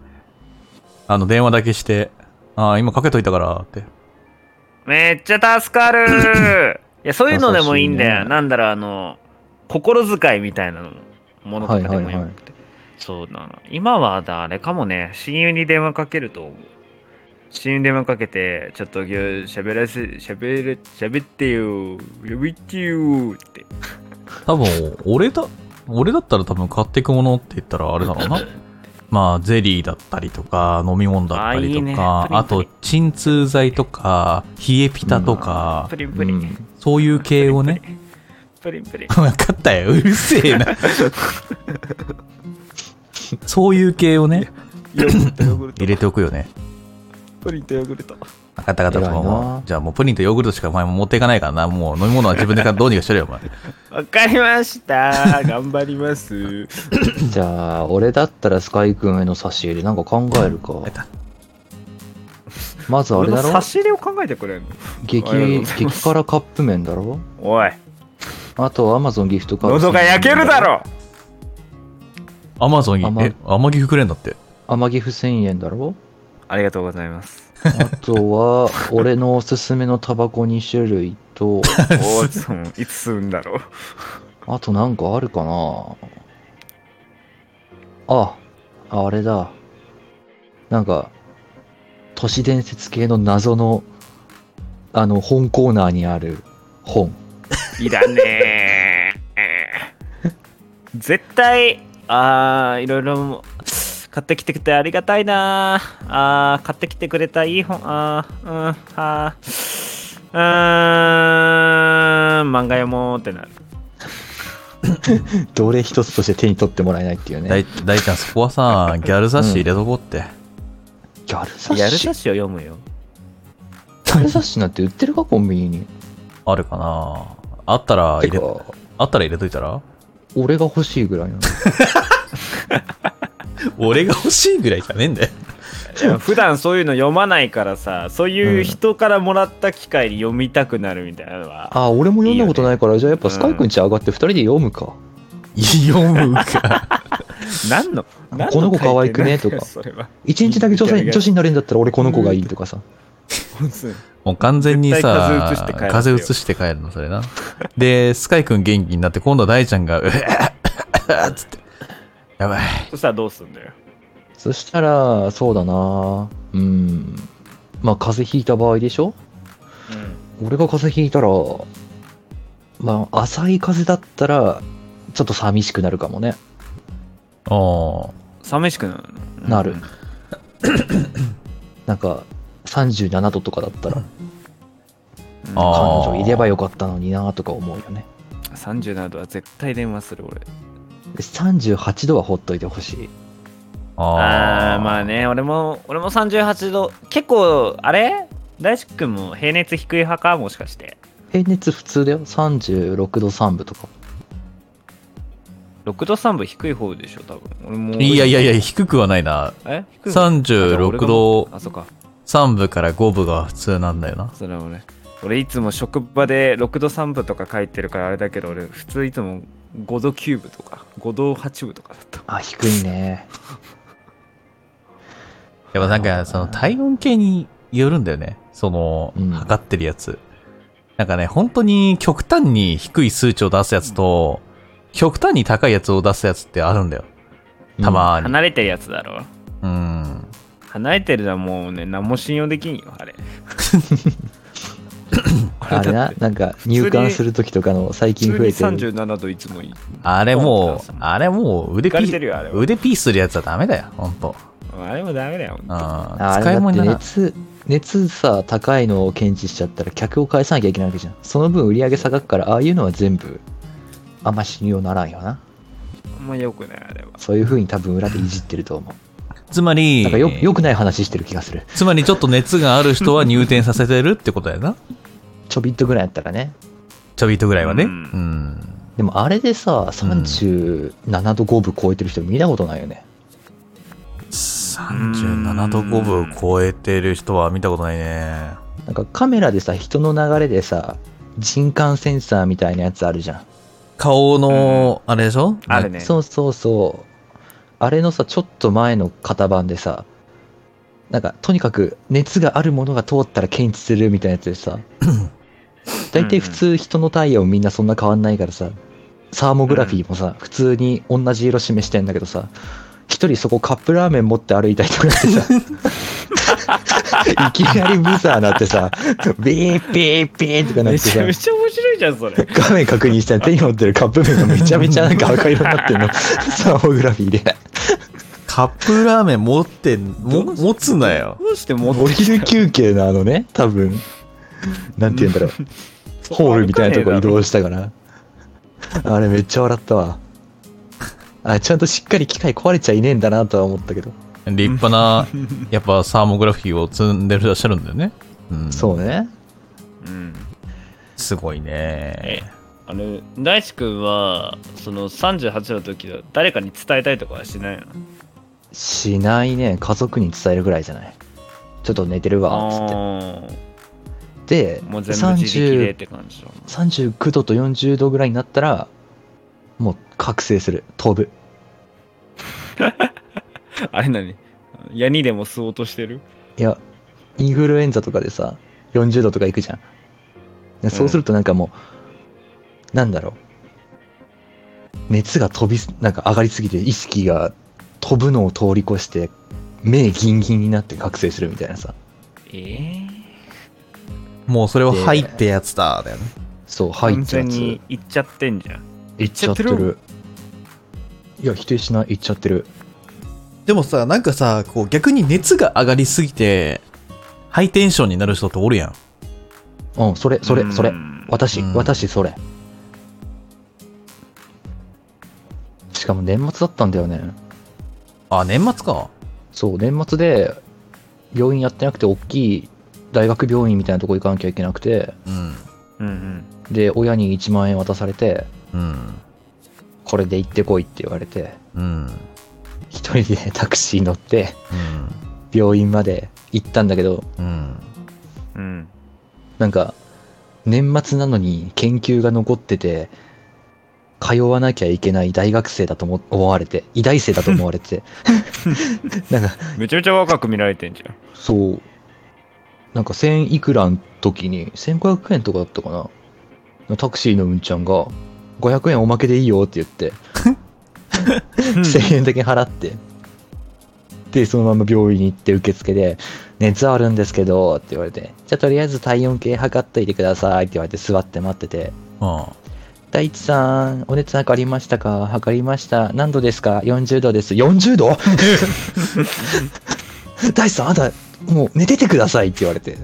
あの、電話だけして、あ、今かけといたからって。
めっちゃ助か るいやそういうのでもいいんだ
優し
よ、
いね
なんだろうあの心遣いみたいなのものとかでもよくて、
はいはいはい
そうだな今はだあれかもね親友に電話かけると思う親友に電話かけてちょっと今日喋らせ喋れ喋ってよ呼びってよって
多分、俺だ、俺だったら多分買っていくものって言ったらあれだろう な。まあ、ゼリーだったりとか、飲み物だった
あ
り
いい
と
ね
か、あ
プリンプ
と
リン、
鎮痛剤とか、冷えピタとか
プ、リンプリン、
うん
そういう系をね、
プリンプリン。
分かったようるせえなそういう系をね
ヨーグルト、ヨーグルト
入。れておくよね
プリンとヨーグルト。
分かった分かった
偉いな
もうじゃあもうプリンとヨーグルトしかお前も持っていかないからなもう飲み物は自分でどうにかしろよお前
わかりました。頑張り ます。
じゃあ、俺だったらスカイ君への差し入れなんか考えるか。まずあ
俺
れ
の
だろ
差し入れを考えてくれんの
激
ありがとうございます
激辛カップ麺だろ
おい、
あとアマゾンギフトカード。
喉が焼けるだろ
アマゾンに
甘
え甘ギフくれんだって
甘ギフ1000円だろ
ありがとうございます。
あとは、俺のおすすめのタバコ2種類と、
おーそのいつ吸うん だろう。
あとなんかあるかなあ、あれだ。なんか、都市伝説系の謎の、あの、本コーナーにある本。
いらねえ。絶対、あー、いろいろ買ってきてくれてありがたいなー。あー、買ってきてくれたいい本、あー、うん、あー、うーん、漫画読もうってなる。
どれ一つとして手に取ってもらえないっていうね。
大大ちゃんそこはさギャル雑誌入れとこうって、
ギャル雑誌
やる雑誌を読むよ。
ギャル雑誌なんて売ってるかコンビニに。
あるかなあったら入
て
れ
か、
あったら入れといたら
俺が欲しいぐらいなの。
俺が欲しいぐらいじゃねえんだよ
いや普段そういうの読まないからさ、そういう人からもらった機会に読みたくなるみたいなのは。
あ、俺も読んだことないから、じゃあやっぱ
うん
スカイくんち上がって二人で読むか。
読むか
何の何
この子可愛くね
書いてんだよ
とか
それは。
一日だけ女
いやい
性
や
女子になれるんだったら俺この子がいいとかさ。
本当に
もう完全にさ
絶対風移して帰るんです
風移して帰るのそ
よ
れなでスカイくん元気になって今度は大ちゃんがうえっつってやばい
そしたらどうすんだよ。
そしたら、そうだなうん。まあ、風邪ひいた場合でしょ俺が風邪ひいたら、まあ、浅い風邪だったら、ちょっと寂しくなるかもね。
おー
寂しくなるの
なる。なんか、37度とかだったら、
うん
あ
彼
ー
女いればよかったのになとか思うよね。
37度は絶対電話する俺
で38度はほっといてほしい。
ああーまあ
ね
ね俺も俺も38度結構あれ大志くんも平熱低い派かもしかして
平熱普通だよ。36度3分とか。
6度3分低い方でしょ多分俺も
いやいやいや低くはないな
え低い方
36度
あそっか
3部から5部が普通なんだよな
それは俺俺いつも職場で6度3分とか書いてるからあれだけど俺普通いつも5度9分とか5度8分とかだった
あ、低いね。
やっぱなんかその体温計によるんだよねその
うん
測ってるやつ、なんかね本当に極端に低い数値を出すやつと極端に高いやつを出すやつってあるんだよたまーに
離れてるやつだろ
うん
離れてるのはもうね何も信用できんよあれ
あれな、なんか入管するときとかの最近増えてる。
37度いつもいい
あれも
そうう、
あれもう腕ピ
浮かれてるよあれは
ー、腕ピーするやつはダメだよ、ほんと。
あれもダメだよ
うん。
あ
使
れ
い
だ
物
って
にならない。
熱、熱さ高いのを検知しちゃったら客を返さなきゃいけないわけじゃん。その分売り上げ下がるから、ああいうのは全部、あんま信用ならんよな。
あんま良くないあれは
そういう風に多分裏でいじってると思う。
つまり
なんかよ、よくない話してる気がする。
つまりちょっと熱がある人は入店させてるってことやな。
ちょびっとぐらいやったらね。
ちょびっとぐらいはね。う
うん
ん。
でもあれでさ、37度5分超えてる人見たことないよね。
37度5分超えてる人は見たことないね。
なんかカメラでさ、人の流れでさ、人感センサーみたいなやつあるじゃん。
顔の、あれでしょ
あるね
そうそうそう。あれのさ、ちょっと前の型番でさ、なんか、とにかく熱があるものが通ったら検知するみたいなやつでさ、大体普通人の体温みんなそんな変わんないからさ、サーモグラフィーもさ、普通に同じ色示してんだけどさ、一人そこカップラーメン持って歩いたりとかして さ、いきなりブザーなってさ、ビーピーピーとかなっ
め
て
ち
さ
ゃめ、ちゃ面白いじゃん それ
画面確認したら手に持ってるカップ麺がめちゃめちゃなんか赤色になってん のサーモグラフィーで
カップラーメン持ってん、も持つなよ。
どうして持
お
ってきた
昼
の
休憩のあの ね多分なんて言うんだろうホールみたいなとこ移動したからあれめっちゃ笑ったわ。あちゃんとしっかり機械壊れちゃいねえんだなとは思ったけど。
立派な、やっぱサーモグラフィーを積んでらっしゃるんだよね。うん、
そうね。
うん
すごい
え
ね。
あの大地君はその38の時は誰かに伝えたいとかはしないの
しないね。家族に伝えるぐらいじゃない。ちょっと寝てるわ、つって。
あ
で、
ーもう全部自力でっ
30
て感じだもん
39度と40度ぐらいになったら、もう覚醒する。飛ぶ。
あれ何ヤニでも吸おうとしてる
いや、インフルエンザとかでさ、40度とかいくじゃん。でそうするとなんかもう、なんだろう。熱が飛びす、なんか上がりすぎて意識が飛ぶのを通り越して、目ギンギンになって覚醒するみたいなさ。
ええ
もうそれは入ってやつだ、だよね。
そう、入
完
っちゃう
全
やつ。
にいっちゃってんじゃん
いっちゃってる。いや、否定しない。いっちゃってる。
でもさ、なんかさ、こう逆に熱が上がりすぎて、ハイテンションになる人っておるやん。
うん、それ、それ、それ
う。ん
私、
うん
私、それ。しかも年末だったんだよね。
あ、年末か。
そう、年末で、病院やってなくて、大きい大学病院みたいなとこ行かなきゃいけなくて、
うん。
うん
で、親に1万円渡されて、
うん。
これで行ってこいって言われて、
うん。
一人で タクシー乗って、
うん。
病院まで行ったんだけど、
うん。
うんうん
なんか、年末なのに研究が残ってて、通わなきゃいけない大学生だと思思われて、医大生だと思われて、なんか、
めちゃめちゃ若く見られてんじゃん
そう、なんか1000いくらの時に、1500円とかだったかなのタクシーのうんちゃんが、500円おまけでいいよって言って、1000円だけ払って、で、そのまま病院に行って受付で、熱あるんですけど、って言われて、じゃあとりあえず体温計測っといてくださいって言われて座って待ってて、
あ
大地さん、お熱測りましたか測りました。何度ですか ?40 度です。40度 大地さん、あなた、もう寝ててくださいって言わ れて。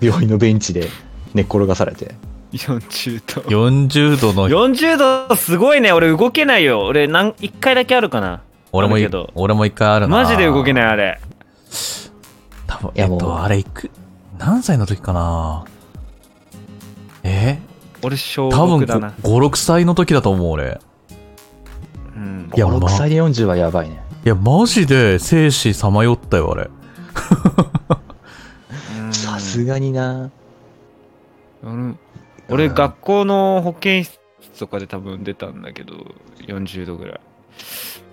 病院のベンチで寝っ転がされて。
40度
40度の、
40度すごいね俺動けないよ俺なん1回だけあるかな
俺も
ある
い
けど、
俺も一回あるな。。
マジで動けないいあれ
多分、
いや
えっ
もう
と、あれ、いく、何歳の時かなえ
俺小
多分
6だな
5、6歳の時だと思う、俺。
うん
いや
5、
ま
6歳で40はやばいね。
いや、マジで生死さまよったよ、あれ。
うん
さすがにな。
俺俺学校の保健室とかで多分出たんだけど40度ぐらい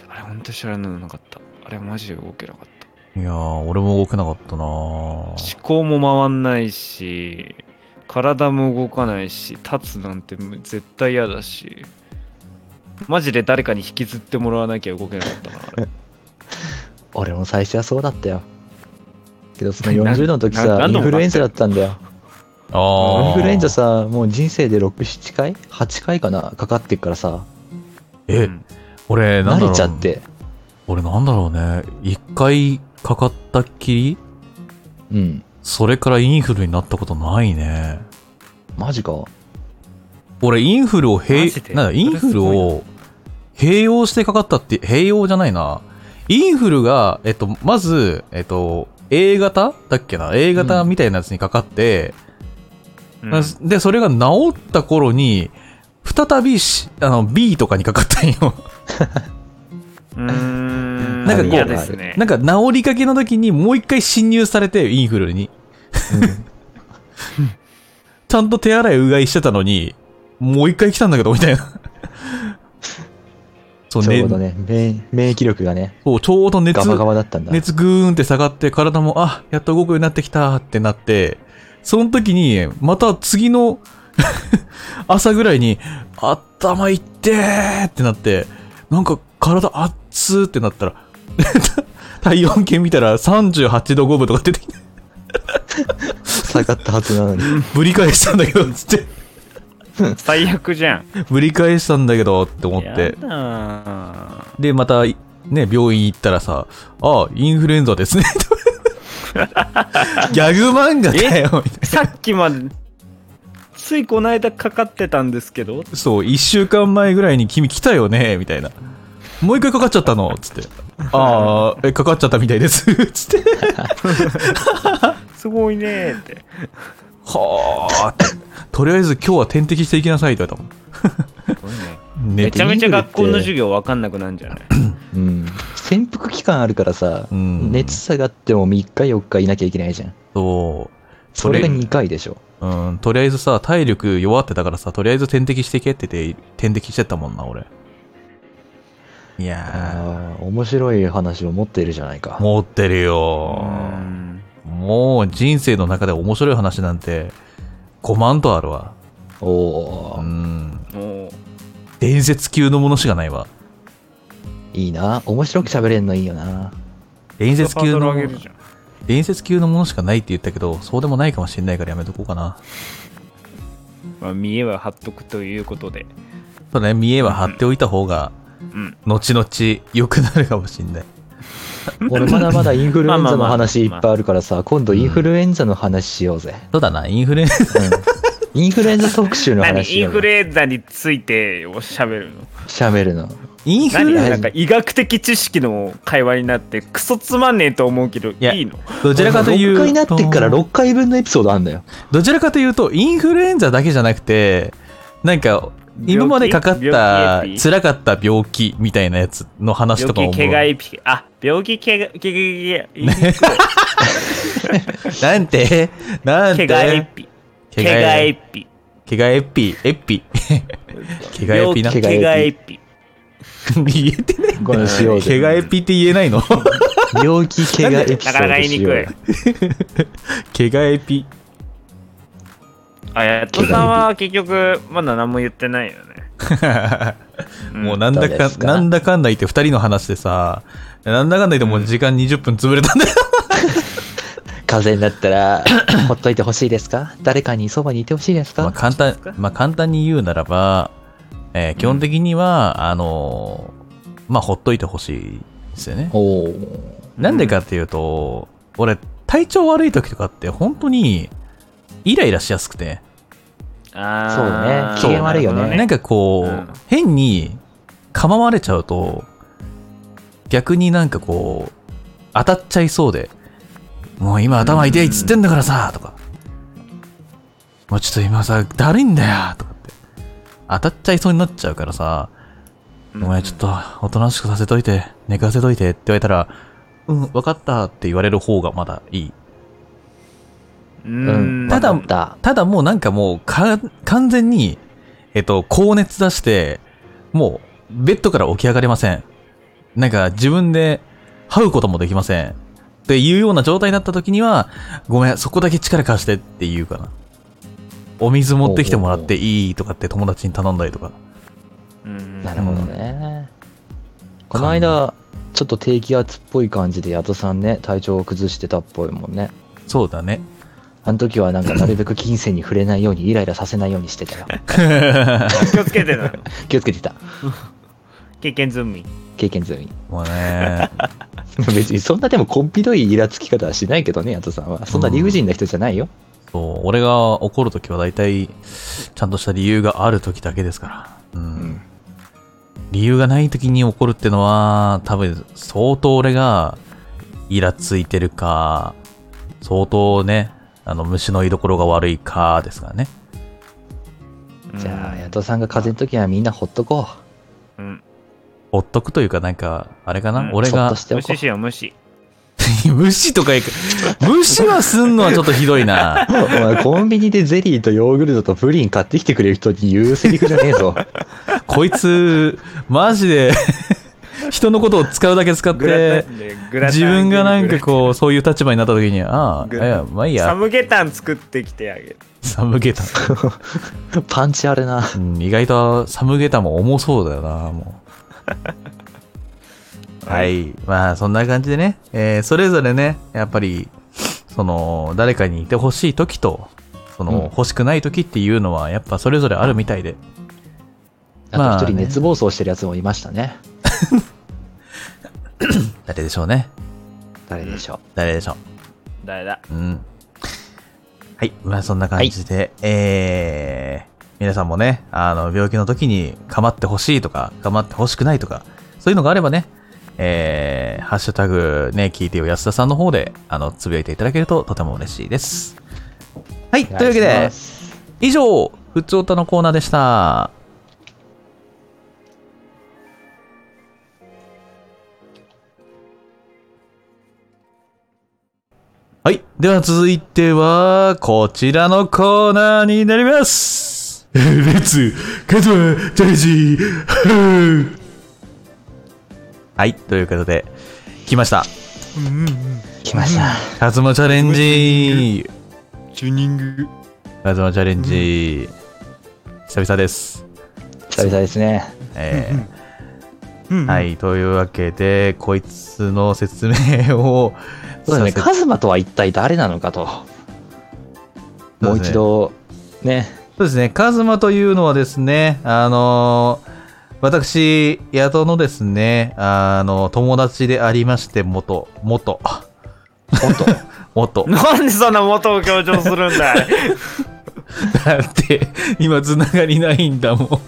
あれ本当知らないのなかったあれマジで動けなかった
いやー、俺も動けなかったなー
思考も回んないし体も動かないし立つなんて絶対嫌だしマジで誰かに引きずってもらわなきゃ動けなかったなあれ
俺も最初はそうだったよ。けどその40度の時
な
さ
な、なん
イ
度
ン
も
フルエンザだったんだよ。
あー。
インフルエンザさ、もう人生で6、7回 ?8 回かなかかってっからさ、
え、
うん
俺、なんだ
慣
ろう。
れちゃって。
俺なんだろうね。一回かかったっきり、
うん。
それからインフルになったことないね。
マジか。
俺、インフルを併
マジで
なんだ、インフルを併用してかかったって、併用じゃないな。インフルが、えっと、まず、えっと、A 型だっけな ?A 型みたいなやつにかかって、
うん
で、それが治った頃に、再びし、あの、B とかにかかったんよ。
うーん
なんかこう
嫌ですね
なんか治りかけの時にもう一回侵入されて、インフルに。ちゃんと手洗いうがいしてたのに、もう一回来たんだけど、みたいな。そう
ち
ね
ょうどね、免免疫力がね、
そうちょうど熱
ガ、バガバだったんだ。
熱ぐーんって下がって、体も、あ、やっと動くようになってきたってなって、その時に、また次の 朝ぐらいに、頭いってーってなって、なんか体熱ーってなったら、 体温計見たら38度5分とか出てきて、
下がったはずなのに。
ぶり返したんだけど、つって、
最悪じゃん
ぶり返したんだけどって思っ
や
て、
だー
で、また、ね、病院行ったらさ、あ、インフルエンザですね。 ギャグ漫画だよ、みたいな。
さっきまで、ついこの間かかってたんですけど
そう、1週間前ぐらいに君来たよねみたいな。もう一回かかっちゃったのつって。ああ、え、かかっちゃったみたいです。 つって。
すごいねーって
はあ。とりあえず今日は点滴していきなさいって言われたもん。
め
ね
ちゃめちゃ学校の授業わかんなくなんじゃない
うん。潜伏期間あるからさ、
うん
熱下がっても3日4日いなきゃいけないじゃん。
そ
それが2回でしょ。
う。うん、とりあえずさ、体力弱ってたからさ、とりあえず点滴していけって言って、点滴してったもんな、俺。いや
ああ、面白い話を持っているじゃないか
ー、。持ってるよー
うん
もう人生の中で面白い話なんて5万とあるわ。
おお
う
ー、
ん。
もう
伝説級のものしかないわ。
いいな。面白く喋れんのいいよな。
伝説級の
ハードル上げるじゃん
伝説級のものしかないって言ったけど、そうでもないかもしれないからやめとこうかな。
まあ、見栄は張っとくということで
そうだね、見えは張っておいた方が、
ん
後々良くなるかもしれない。
俺まだまだインフルエンザの話いっ
まあまあまあ
ぱいあるからさ、今度インフルエンザの話しようぜ。
そうだな、インフルエンザ。
うん インフルエンザ特集の
何
話し
イ
よ
ン
う
フ
ぜ
ルエンザについてをしゃべるの
喋るの。
インフルエ
何
ンザ
なんか医学的知識の会話になってクソつまんねえと思うけどい
や
いの
どちらかという
6
と。
回なってっから6回分のエピソードあんだよ。
どちらかというと、インフルエンザだけじゃなくて、なんか、今までかかっ
病
た
気病気
辛かった病気みたいなやつの話と
病
かも
気
思
けが
う。
いピあ病気けがけがけが
なんてなん
けがえ
て
ぴ
け
け
が
がえ
え
ぴ
けがえっぴ、えっ ぴ。けがえっ
病
ぴ
気
な。
け
け
がえぴ
がえぴ
言えてない。
このしよう
け
ぜ。
がえっぴって言え ないの
病気怪我エピソードしようぜ
なかなか言いにくい
けがえっぴ。
あやっとさんは結局まだ何も言ってないよね
もうなんだ
どうで
か
す、か
なんだかんだ言って二人の話でさ、なんだかんだ言ってもう時間20分潰れたんだよ。
風邪になった ら、ほっといてほしいですか誰かにそばにいてほしいです
まあ
か
簡単、まあ簡単に言うならば、えー基本的には、あのーまあほっといてほしいですよね。
おお。
なんでかっていうと、俺、体調悪い時とかって本当にイライラしやすくて、
あー
そうね機嫌
悪いよね
なるほど
なんかこう、
うん
変に構われちゃうと、逆になんかこう、当たっちゃいそうで、もう今頭痛いっつってんだからさ、とか、もうちょっと今さ、だるいんだよ、とかって、当たっちゃいそうになっちゃうからさ、お前ちょっと、おとなしくさせといて、寝かせといてって言われたら、うん、わかったって言われる方がまだいい。
う
うん
ん。
ただ
わかった
ただもうなんかもうか完全に、えっと、高熱出して、もうベッドから起き上がれません。なんか自分で這うこともできません。っていうような状態になった時には、ごめん、そこだけ力貸してって言うかな。お水持ってきてもらっていいとかって友達に頼んだりとか。
うん
なるほどね。この間、ちょっと低気圧っぽい感じで、ヤトさんね、体調を崩してたっぽいもんね。
そうだね。
あの時 はなんかなるべく金銭に触れないようにイライラさせないようにしてたよ。
気をつけてな。
気をつけてた。
経験済み。
経験済み。
もうね、
別にそんなでもこっぴどいイラつき方はしないけどね、ヤトさんは。そんな理不尽な人じゃないよ。
そう、俺が怒るときは大体、ちゃんとした理由があるときだけですから。うん。
ん
理由がないときに怒るってのは、多分、相当俺が、イラついてるか、相当ね、あの、虫の居所が悪いか、ですからね。
じゃあ、ヤトさんが風邪の時はみんなほっとこ
うん。
ほっとくというか、なんか、あれかな、
うん
う。
俺
そっ
が
と、してお
無
こ
視
う。
しよう、無視。
無視とか言う無視はすんのはちょっとひどいな。
お前コンビニでゼリーとヨーグルトとプリン買ってきてくれる人に言うセリフじゃねえ ぞ。
こいつ、マジで、 人のことを使うだけ使っ
グラ
て
タン、で、グラタ
自
ン
分がなんか
う。
こうそういう立場になった時にああい
グラ
やまあいい
サ
や
ムゲタン作ってきてあげる。
サムゲタン、
パンチあるな。
うん、意外とサムゲタンも重そうだよなも うはいまあそんな感じでね、えーそれぞれねやっぱりその誰かにいてほしい時とその、
うん
欲しくない時っていうのはやっぱそれぞれあるみたいでま
あ
あ
と一人
ね
熱暴走してるやつもいましたね。
誰でしょうね
誰でしょう。
誰でしょ
誰だ
ううんはい。まあそんな感じで、えー、皆さんもね、あの、病気の時に構ってほしいとか、構ってほしくないとか、そういうのがあればね、えー、ハッシュタグね、聞いてよ安田さんの方で、あの、つぶやいていただけるととても嬉しいです。はい。というわけ
お願
で
しま、す
以上、ふつおたのコーナーでした。はい。では続いては、こちらのコーナーになります。 レッツ、カズマ、チャレンジ、はい。ということで、来ました。
来ました。
カズマチャレンジ。
チューニング。
カズマチャレンジ。久々です。
久々ですね。
えーはい、というわけで、こいつの説明を
そうですね、
さ
カズマとは一体誰なのかと。もう一度、ね。
せそうですね、カズマというのはですね、あのー私、宿のですね、あの、友達でありまして、元、元、 元、元、
なんでそんな元を強調するんだい
だって、今、つながりないんだもん。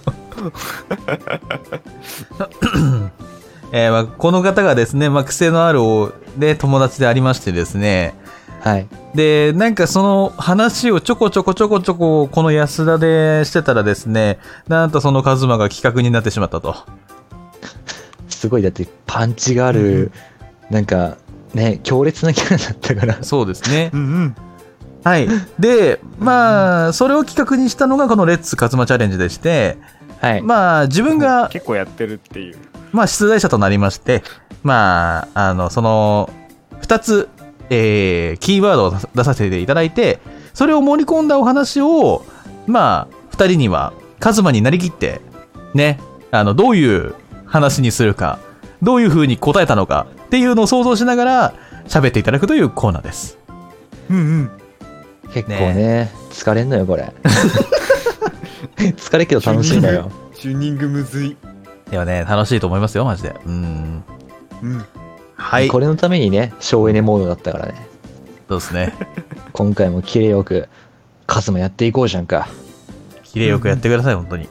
えーまあ、この方がですね、まあ、癖のあるお、で、友達でありましてですね、
はい。
で、なんかその話をちょこちょこちょこちょここの安田でしてたらですね、なんとそのカズマが企画になってしまったと。
すごい、だってパンチがある、なんか、ね、強烈なキャラだったから。
そうですね。
うんうん。
はい。で、まあ、それを企画にしたのがこのレッツカズマチャレンジでして、
はい。
まあ、自分が、
結構やってるっていう
まあ、出題者となりまして、まあ、あの、その、二つ、えー、キーワードを出させていただいて、それを盛り込んだお話を、まあ、二人には、カズマになりきって、ね、あの、どういう話にするか、どういう風に答えたのか、っていうのを想像しながら、喋っていただくというコーナーです。
結構ね疲れんのよ、これ。疲れるけど楽しいのよ。
チューニングむずい。
ではね、楽しいと思いますよ、マジで。うん。
うん。
はい。
これのためにね、省エネモードだったからね。
そうですね。
今回もキレよく、カズマやっていこうじゃんか。
綺麗よくやってください、本当に。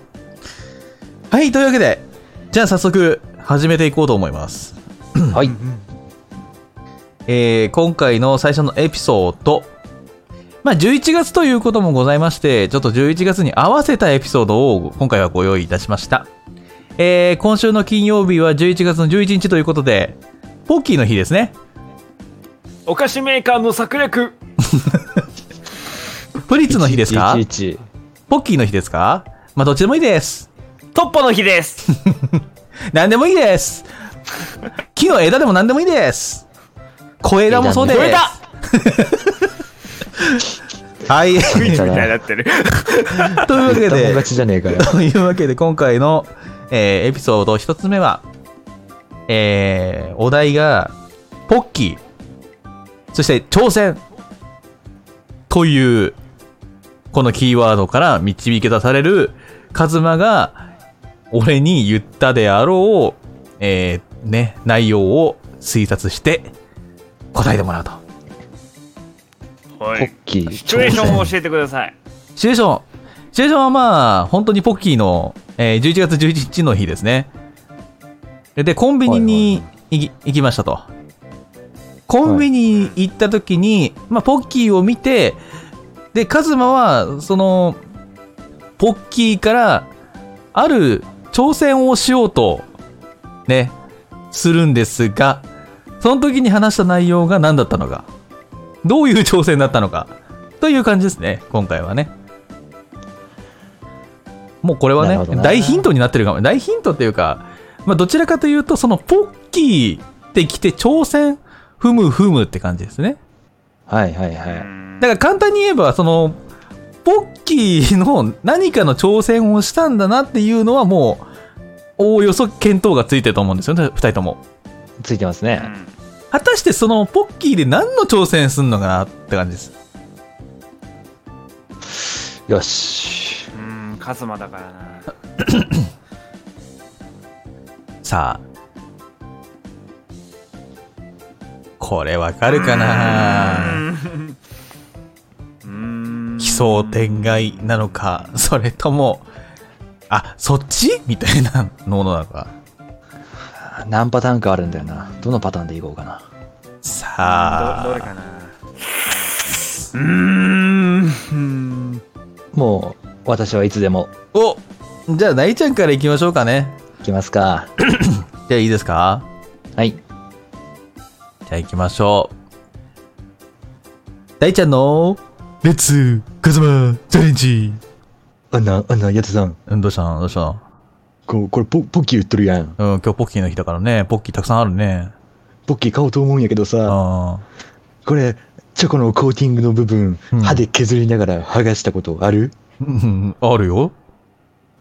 はい、というわけで、じゃあ早速始めていこうと思います。
はい。
えー今回の最初のエピソード。まあ、11月ということもございまして、ちょっと11月に合わせたエピソードを今回はご用意いたしました。えー今週の金曜日は11月の11日ということで、ポッキーの日ですね。
お菓子メーカーの策略
プリッツの日ですか
111
ポッキーの日ですかまあ、どっちでもいいです。
トッポの日です
何でもいいです。木の枝でも何でもいいです。小枝もそうです。
枝ね
はい。
クイズみたいにな ってる
というわけ
言ったもん
で
勝、ちじゃねえかよ。
というわけで今回の、えーエピソード一つ目は、えーお題が、ポッキー、そして挑戦、という、このキーワードから導き出される、カズマが、俺に言ったであろう、えーね、内容を推察して、答えてもらうと。
は
ポ
い
ッキー。
シチュエーションを
挑戦
教えてください
シチュエーション。シチュエーションはまあ、本当にポッキーの、えー11月11日の日ですね。で、コンビニに行き,、行きましたと。コンビニに行った時に、まあ、ポッキーを見て、で、カズマは、その、ポッキーから、ある挑戦をしようと、ね、するんですが、その時に話した内容が何だったのか、どういう挑戦だったのか、という感じですね、今回はね。もうこれは
なる
ね
ほど、な
大ヒントになってるかも。大ヒントっていうか、まあ、どちらかというと、そのポッキーってきて挑戦、ふむふむって感じですね。
はいはいは
う
い。
ん
だから簡単に言えば、その、ポッキーの何かの挑戦をしたんだなっていうのはもう、おおよそ見当がついてると思うんですよね、二人とも。
ついてますね。
果たしてそのポッキーで何の挑戦すんのかなって感じです。
よし。
うんうんカズマだからな
さあ。これわかるかな
うーんうーん
想天外なのか、それとも、あ、そっちみたいなものなのか。
何パターンかあるんだよな。どのパターンでいこうかな。
さ
どどれ
あ、
かな
うーんうん
もう、私はいつでも
おじゃあ、大ちゃんから行きましょうかね。
行きますか。
じゃあ、いいですか
はい。
じゃあ行きましょう。大ちゃんの、レッツ、カズマ、チャレンジ。
あんな、あんな、やつさん。
うん、どうしたのどうしたの
ここれポ、ポッキー売っとるやん。
うん、今日ポッキーの日だからね、ポッキーたくさんあるね。
ポッキー買おうと思うんやけど
う
さ、
ん。
これ、チョコのコーティングの部分、
うん
歯で削りながら剥がしたことある
うんあるよ。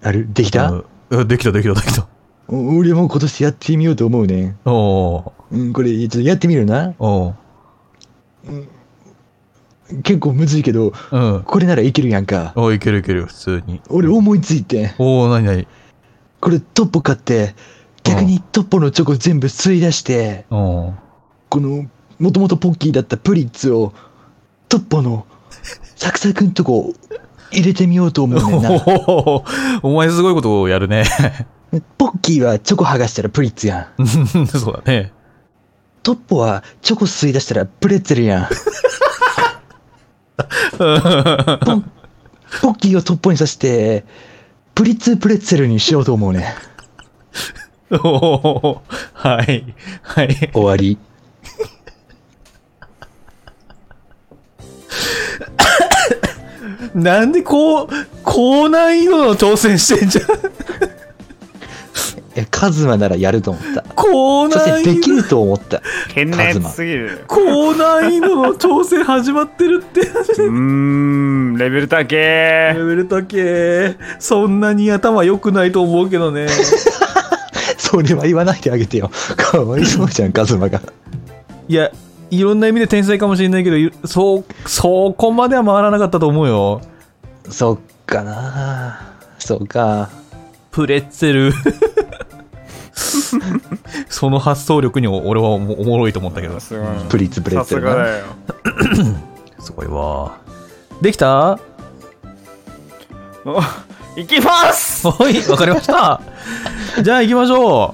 あるできた、
うんできた、できた、できた。
お俺も今年やってみようと思うね。
おー
うん、これ、ちょっとやってみるな。
おー
結構むずいけど、
うん。
これならいけるやんか。
おいけるいける、普通に。
俺思いついて、
おおなになに
これトッポ買って、逆にトッポのチョコ全部吸い出して、
おー
この、もともとポッキーだったプリッツを、トッポの、サクサクんとこ、入れてみようと思うねんな。
おーお前すごいことをやるね。
ポッキーはチョコ剥がしたらプリッツやん。
そうだね。
トッポはチョコ吸い出したらプレッツェル やん。ポンポッキーをトッポにさして、プリッツプレッツェルにしようと思うね。
おおはい。はい。
終わり。
なんでこう、高難易度の挑戦してんじゃん。
いや、カズマならやると思った。
高
そ
難
して
易
でき
度。
ると思 った。
変なやつすぎる
高難易度の挑戦始まってる って。
うーんレベル高
レ
え
ベル高え。そんなに頭良くないと思うけどね。
それは言わないであげてよ。かわいそうじゃん、カズマが。
いや、いろんな意味で天才かもしれないけどい、そう、そこまでは回らなかったと思うよ。
そっかなそうか。
プレッツェル。 その発想力にお俺はおもおもろいと思ったけど。
すごいな
プリッツプレッ
さ
ツェ
す
ル
が
な。
だよ
すごいわ。できた
お行きます
おい、わかりま した。じゃあ行きましょ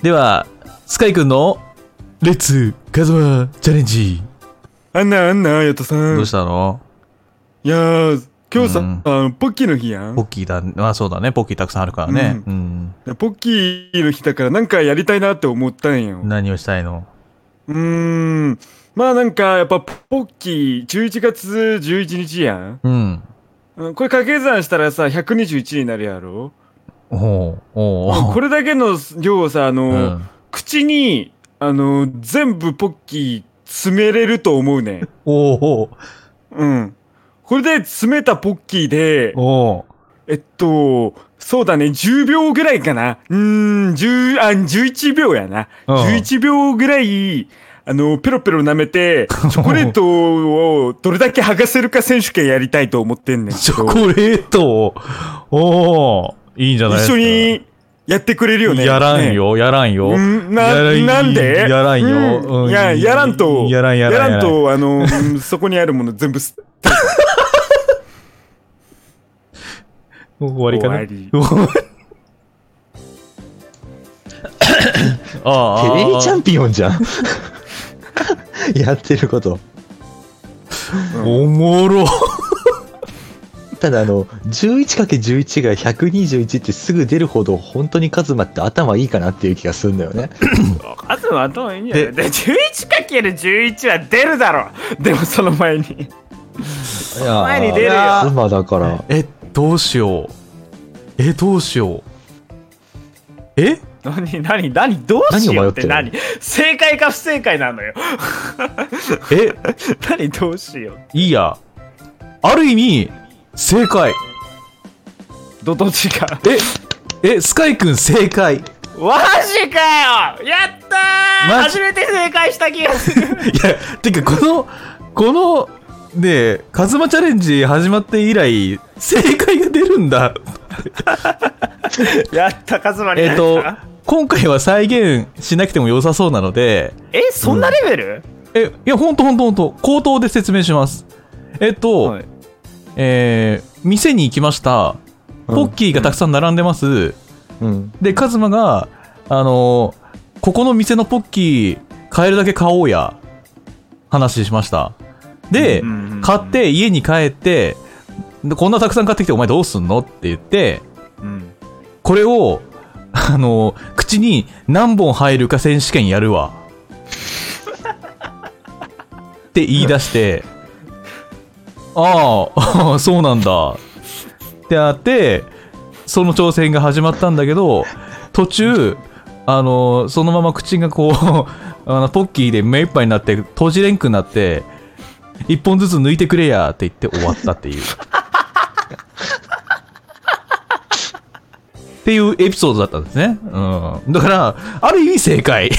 う。では、スカイくんの、レッツ、カズマ、チャレンジ。
あんなあんなやとさん
どうしたの
いやー今日さ、
うん
あのポッキーの日やん
ポッキーだ、まあそうだね、ポッキーたくさんあるからね。うん。
ポッキーの日だからなんかやりたいなって思ったんよ
何をしたいの
うーんまあなんかやっぱポッキー11月11日やん
うん。
うんこれ掛け算したらさ121になるやろ
おうおうおう
これだけの量をさあの、
うん
口にあの全部ポッキー詰めれると思うねん
おうおう
うんこれで詰めたポッキーで
お う
えっとそうだね10秒ぐらいかなうーん10あ11秒やな、
うん
11秒ぐらいあのペロペロ舐 めてチョコレートをどれだけ剥がせるか選手権やりたいと思ってんねんけど
チョコレートをおおいいんじゃないです
一
か
緒にやってくれるよね
やらんよ、やらんよ。
うん
やら
な、
ん
なんで
やらんよ
うん
うん
いや、やらんと、
やらんやらん
やらんと、あの、うんそこにあるもの全部す、
終わりかな。
終
わり ああ。
テレビチャンピオンじゃん。 やってること。
おもろ。
ただあの、11×11 が121ってすぐ出るほど、本当にカズマって頭いいかなっていう気がするんだよね。
あとは頭いいんじゃないで 11×11 は出るだろでもその前に
いや
前に出るよ
カズマだから。
え、どうしよう。え、どうしよう。え
何何何どうしようって
何
何正解か不正解なのよ
え、
何どうしよう
いいや。ある意味、正解。
どどっちか
え、え、スカイくん正解。
マジかよやったー
マジ
初めて正解した気が する
いや、てか、この、この、ねえ、カズマチャレンジ始まって以来、正解が出るんだ。
やったカズマに
えっ、と、今回は再現しなくても良さそうなので、
えそんなレベル、
え、いや、ほんとほんとほんと、口頭で説明します。えっと、
はい
えー店に行きました。ポッキーがたくさん並んでます。
うん。
で、カズマが、あのーここの店のポッキー、買えるだけ買おうや、話しました。で、買って、家に帰って、でこんなたくさん買ってきて、お前どうすんのって言って、
うん
これを、 あのー口に何本入るか選手権やるわ。って言い出して、ああ、 そうなんだ。ってなって、その挑戦が始まったんだけど、途中、あのーそのまま口がこう、 あのポッキーで目いっぱいになって、閉じれんくなって、一本ずつ抜いてくれやって言って終わったっていう。 っていうエピソードだったんですね。うん。だから、ある意味正解。 ち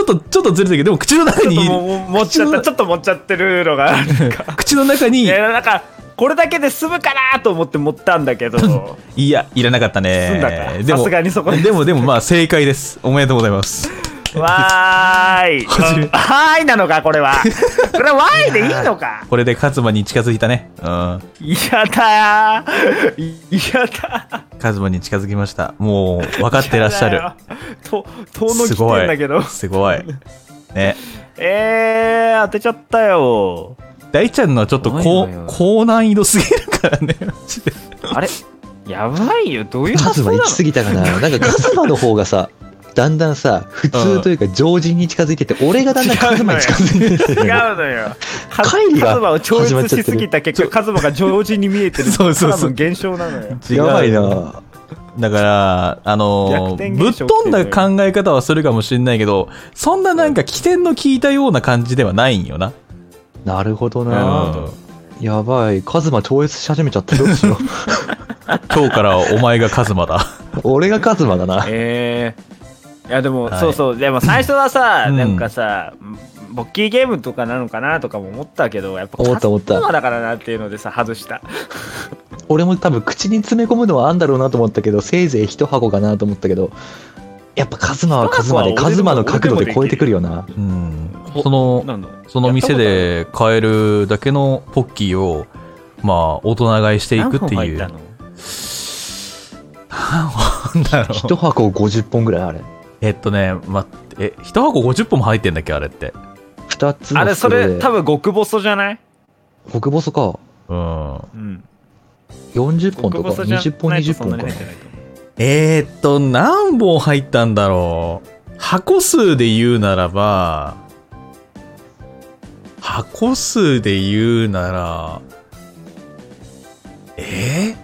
ょっと、ちょっとずれたけど、でも口の中
ちょっ
に
と、もうもう持っちゃったちょっと持っちゃってるのがあ るんか
口の中
い
に、
やなんかこれだけで済むかなと思って持ったん だけど済
いや、いらなかった
んだか
ね。で
さ
も
す、がにそこで
でも、でも、まあ、正解です。おめでとうございます。
わーい
初め
あはーいなのかこ れはこれはわーいでいいのか
これで勝馬に近づいたね。うん。
嫌だー嫌だ
勝馬に近づきました。もう、分かってらっしゃる。
と遠の
す
きて
ご
んだけど
い。すごい。ね。
えー当てちゃったよ
大ちゃんのはちょっと高
すごいのよ
高難易度すぎるからね。マジで
あれやばいよどういう
カ
発
ズ
想
マ
なの
行き過ぎたかな。なんかカズマの方がさ、だんだんさ、普通というか常人に近づいてて、俺がだんだんカズマに近づいて
違う
て。
のよ。カズ
会議が
カズマを超越しすぎた結果、カズマが常人に見えてる。
そうそうそう
ただの現象なのよ。
違う
やばいな。
だから、あ
逆
の
転
ぶっ
現象っていう
飛ん
のよ
だ考え方はするかもしれないけど、そんななんか起点の効いたような感じではないんよな。
なるほど
うん
な。やばい。カズマ超越し始めちゃった。どうしよう。
今日からお前が勝馬だ。
俺がカズマだな。
えーいやでも、
はい
そうそうでも最初はさ、
うん
なんかさボッキーゲームとかなのかなとかも思ったけどやっぱ
思った思った
カスタマーだからなっていうのでさ外した
俺も多分口に詰め込むのはあんだろうなと思ったけど、せいぜい一箱かなと思ったけど、やっぱカズマはカズマで、
一箱
カ
は俺
ズ
でも
マの角度で超えてくるよ な。
うん。その、
なんだ
その店で買えるだけのポッキーを、まあ、大人買いしていくっていう。
何本入ったの
なんだろう。
一箱50本ぐらいあれ。
えっとね、ま、え、一箱50本も入ってんだっけあれって。
二つの
あれそ
袋
れ
で
多分極細じゃない、
極細か。
うん。
うん、
40本とか、
極細じゃ
20本、
ないと
20
そんな
本
に
か
入
な
っ。てないと思う
えー、っと、何本入ったんだろう。箱数で言うならば、箱数で言うなら、え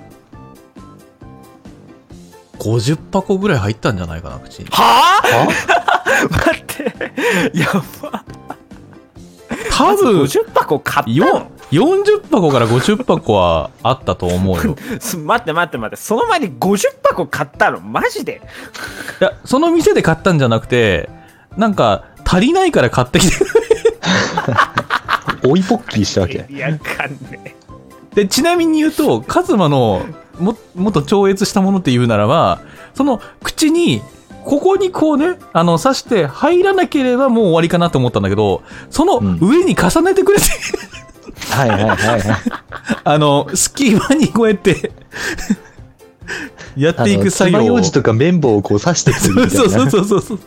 ー、?50 箱ぐらい入ったんじゃないかな、口に。
は
あ
あ 待ってやば
多分、
50箱買ったの
よ40箱から50箱はあったと思 うよ。
す待って待って待ってその前に50箱買ったのマジで
いや、その店で買ったんじゃなくて、なんか、足りないから買って きて。
追いポッキーしたわけ。
いやわかんね
で、ちなみに言うと、カズマの、も、もっと超越したものって言うならば、その、口に、ここにこうね、あの、刺して入らなければもう終わりかなと思ったんだけど、その
うん
上に重ねてくれて、
はいはいはいはい。
あの、隙間にこうや って、やっ
あ
てい
の、
く作
爪
業
楊
を。
枝とか綿棒をこう刺してくるみたい
そう
な。
そうそうそうそう。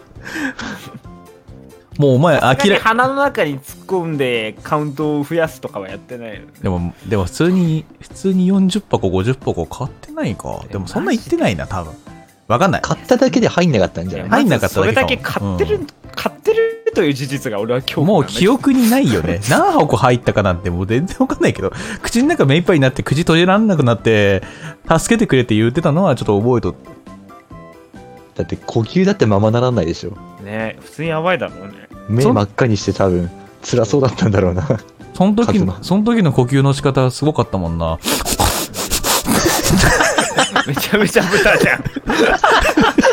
もうお前、
え明
諦
ら
め、
鼻の中に突っ込んでカウントを増やすとかはやってないよね
でも、でも普通に、普通に40箱、50箱買ってないか。でもそんな言ってないな、多分。わかんない。
買っただけで入んなかったんじゃない
入んなかった
そ
だけ
れ
か
だ
も
け買ってる、
うん
買ってるという事実が俺は今日
もう記憶にないよね。何箱入ったかなんてもう全然わかんないけど、口の中目いっぱいになって口閉じられなくなって、助けてくれって言ってたのはちょっと覚えとって。
だって呼吸だってままならないでしょ。
ね普通にやばいだろうね
目
そん
真っ赤にして多分、辛そうだったんだろうな。
その時
カズ
の、
マ
その時の呼吸の仕方すごかったもんな。
めちゃめちゃ豚じゃんめ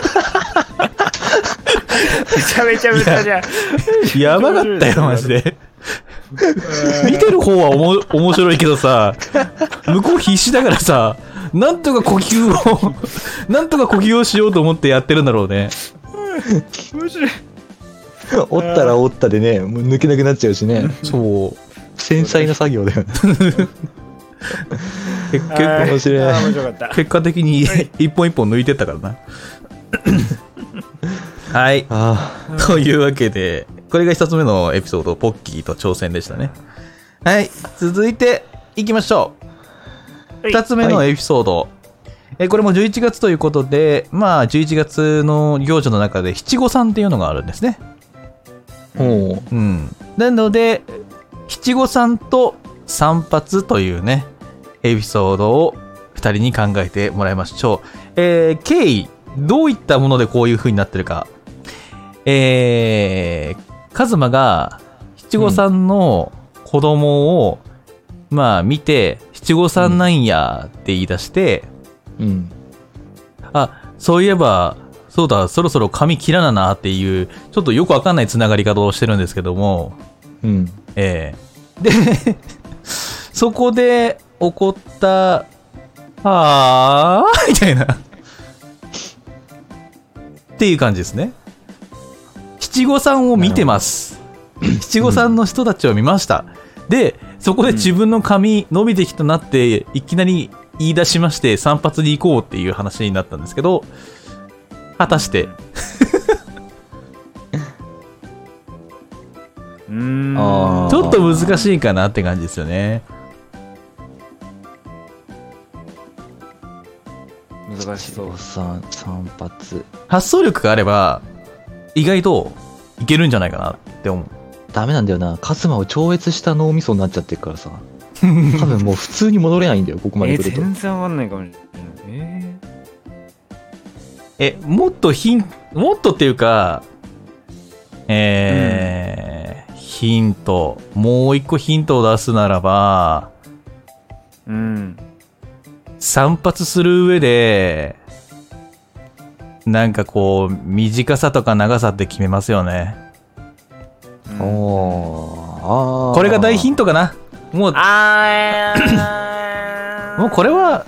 ちゃめちゃ豚じゃん
やばかったよ、マジで。見てる方はおも面白いけどさ、向こう必死だからさ、なんとか呼吸を、 なんとか呼吸をしようと思ってやってるんだろうね。
面白い
折ったら折ったでね、もう抜けなくなっちゃうしね。
そう。
繊細な作業だよ ね。
結結構面白い
あー面白かった。
結果的に一本一本抜いてったからな はい
あ
というわけでこれが一つ目のエピソードポッキーと挑戦でしたねはい続いていきましょう
はい
二つ目のエピソード、えこれも11月ということでまあ11月の行事の中で七五三っていうのがあるんですね
あ、もう、
うん、なので七五三と散髪というねエピソードを2人に考えてもらいましょう、えー経緯どういったものでこういう風になってるかえー、カズマが七五三の子供を、まあ見て七五三なんやって言い出して、
うん。
あそういえばそうだそろそろ髪切らななっていうちょっとよくわかんないつながり方をしてるんですけども
うん。
ええで、 そこで起こった、あー みたいな。っていう感じですね。七五三を見てます。 七五三の人たちを見ました。で、そこで自分の髪伸びてきたなって、いきなり言い出しまして、散髪に行こうっていう話になったんですけど、果たして、
うーん
あー
ちょっと難しいかなって感じですよね。
難しそう
三三発。
発想力があれば意外といけるんじゃないかなって思う
ダメなんだよな。カズマを超越した脳みそになっちゃってるか らさ。多分もう普通に戻れないんだよ、ここま
え
で
ー
来ると。
全然わかんないかもしれないえ
えもっとヒンもっとっていうかえーヒントもう一個ヒントを出すならば
ーうん
散髪する上でなんかこう短さとか長さって決めますよね
うん
おーあー
これが大ヒントかなもう
あ ー
もうこれは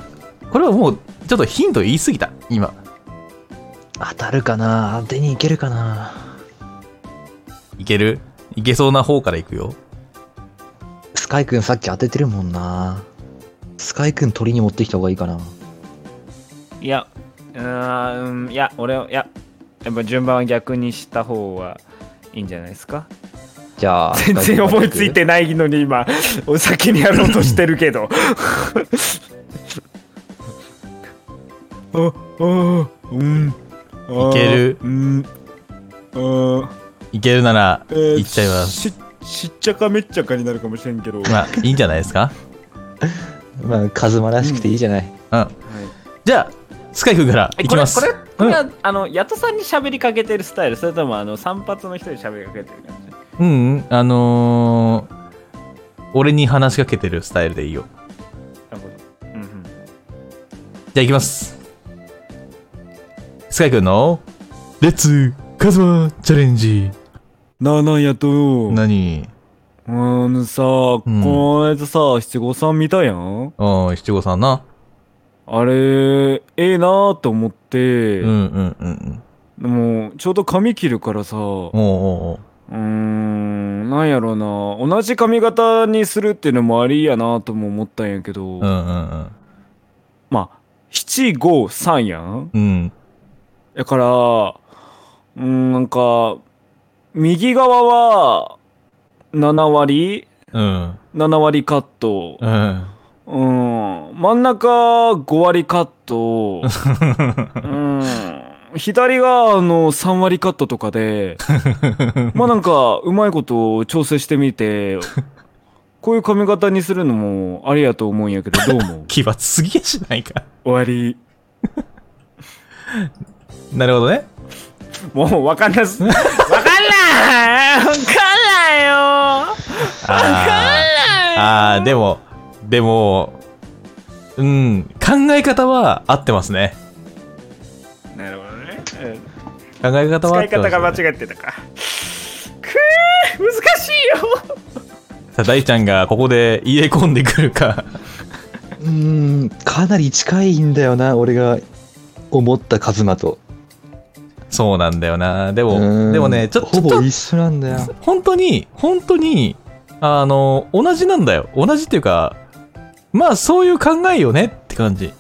これはもうちょっとヒント言い過ぎた今
当たるかな当てにいけるかない
けるいけそうな方からいくよ
スカイくんさっき当ててるもんなスカイくん鳥に持ってきた方がいいかない
やうーんいや俺いややっぱ順番は逆にした方はいいんじゃないですか
じゃあ
全然思いついてないのに今、お先にやろうとしてるけど。お、お、うん。い
いける
うん。うん。
いけるなら
えー
いっちゃいます、
ししっちゃかめっちゃかになるかもしれんけど。
まあいいんじゃないですか
まあカズマらしくていいじゃない、
うんじゃあスカイ君からいきます
これこれこれは、あの矢戸さんに喋りかけてるスタイルそれともあの散髪の人に喋りかけてる感じ
うんうんあのー俺に話しかけてるスタイルでいいよ
なるほどうんうん
じゃあいきますスカイ君のレッツカズマチャレンジ
なあなあやっとよ。
何
うーんさ、
ん
この間さ、七五三見たやん
うん七五三な
あれ、ええなあと思って、
うんうんうんうん
でもちょうど髪切るからさ、
おうおうおう
うーん、なんやろうな、同じ髪型にするっていうのもありやなとも思ったんやけど、
うんうんうん
まあ、七五三やん
うん
だから、うーん、なんか、右側は、7割
うん
7割カット。
うん
うん。真ん中、5割カッ ト。うん。左が、あの、3割カットとか で、まあなんか、うまいこと調整してみて、こういう髪型にするのもありやと思うんやけど、どう思う
奇抜すぎやしないか
終わり。
なるほどね
もうわかんないっす。
わかんないわかんないよ
あーあーでもでもうん考え方は合ってますね
なるほどね
考え方は合
使
っ
い
てます、ね、
方が間違ってたかくー難しいよ
さあ大ちゃんがここで入れ込んでくるか
うーんかなり近いんだよな俺が思ったカズマと
そうなんだよなで
うー
も
ん
でもねちょっと
ほ
ちょ
ぼ
っ
一緒なんだよ
と本当に本当にあの、同じなんだよ。同じっていうか、まあそういう考えよねって感じ。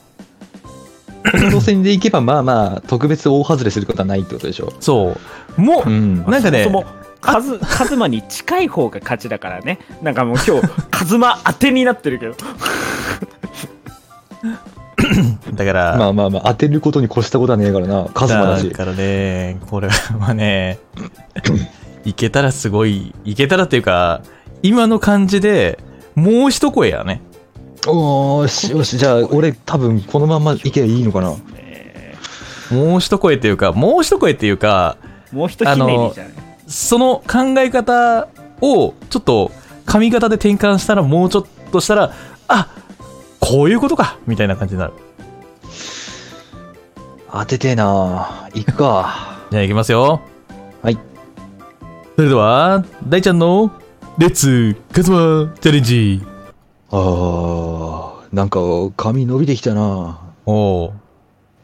この路線で行けば、まあまあ、特別大外れすることはないってことでしょ。
そう。もう、
ん。
なんかね
そ、もそもカズカズマに近い方が勝ちだからねなんかもう今日カズマ当てになってるけど
だから、
まあまあまあ、当てることに越したことはねえからな、カズマだし
だ。からね、これはね、いけたらすごい、いけたらっていうか、今の感じで、もう一声やね。
おーし、よし、じゃあ、俺、多分このまんま行けばいいのかな。
え
もう一声っていうか、もう一声っていうか、
ーもう一ひねりじゃない
その考え方を、ちょっと、髪型で転換したら、もうちょっとしたら、あこういうことかみたいな感じになる。
当ててえな行くか。
じゃあ、いきますよ。
はい。
それでは、大ちゃんの、レッツ、カズマ、チャレンジ。
あー、なんか、髪伸びてきたな
おう。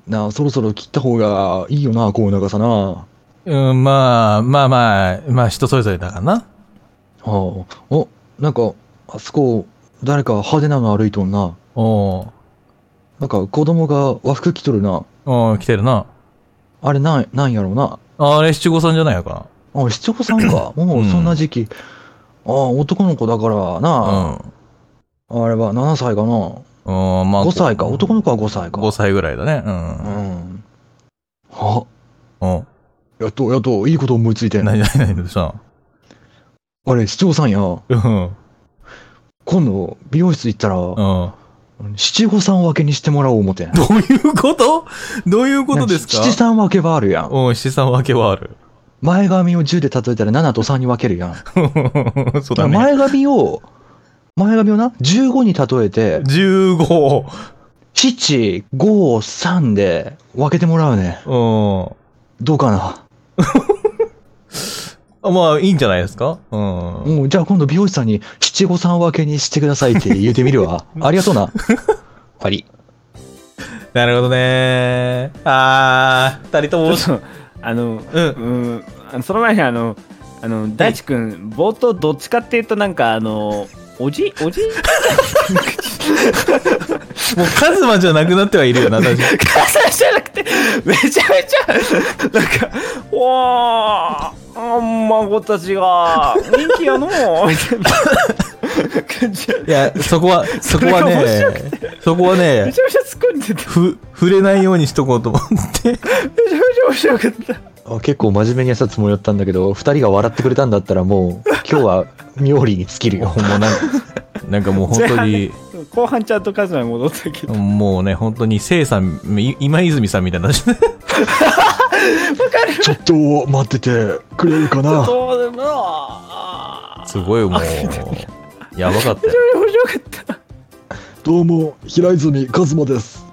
なあ、そろそろ切った方がいいよな、こう長さな。
うん、まあ、まあまあ、まあ、人それぞれだからな。
ああ、お、なんか、あそこ、誰か派手なの歩いとんな。
おう
なんか、子供が和服着とるな。
おう来てるな。
あれ、なん、なんやろうな。
あれ、七五三じゃないのか
あ、七五三 か。もう、そんな時期。ああ、男の子だから
な。う
な。
ん。
あれは、7歳かな。
うん、まあ、
5歳か。男の子は5歳か。
5歳ぐらいだね。
うん。あ、
うん。うん。
やっと、やっと、いいこと思いついて。
何、何、何、どうしたの
あれ、市長さんや。
うん。
今度、美容室行ったら、
うん。
七五三分けにしてもらおう思てん。
どういうことどういうことですか
七三分けはあるやん。
うん、七三分けはある。
前髪を10で例えたら7と3に分けるやん。
そうだね。
前髪を、前髪をな、15に例えて、
十五。
7、5、3で分けてもらうね。
うん。
どうかな。
あまあ、いいんじゃないですかうん。
うん、じゃあ今度美容師さんに七五三分けにしてくださいって言うてみる わ。ありがとうな。終わり。
なるほどね。あー、二人とも。
ちょっとあの
うん。
うんあのその前にあのあの大地君冒頭どっちかっていうとなんかあのおじおじ
もうカズマじゃなくなってはいるよな、確かに。
母さんじゃなくてめちゃめちゃなんかおーあん孫たちが人気やのう みたいな感じ
いや、そこは、そこは
面白
ね、そこは
め
ね、
ちゃめちゃ突っ込んでた
ふ、触れないようにしとこうと思って。
めちゃめちゃ面白かった
あ結構真面目にやったつもりだったんだけど、二人が笑ってくれたんだったらもう、今日は妙利に尽きるよ。
もうなんか、なんかもう本当に、
後半ちゃんとカズマに戻ったけど
もうね、本当に、せいさん、い今泉さんみたいな。
ちょっと待っててくれるかな
どうでもあ
すごいもう、やばかったよ。
ー面白かった
どうも、平泉和馬です。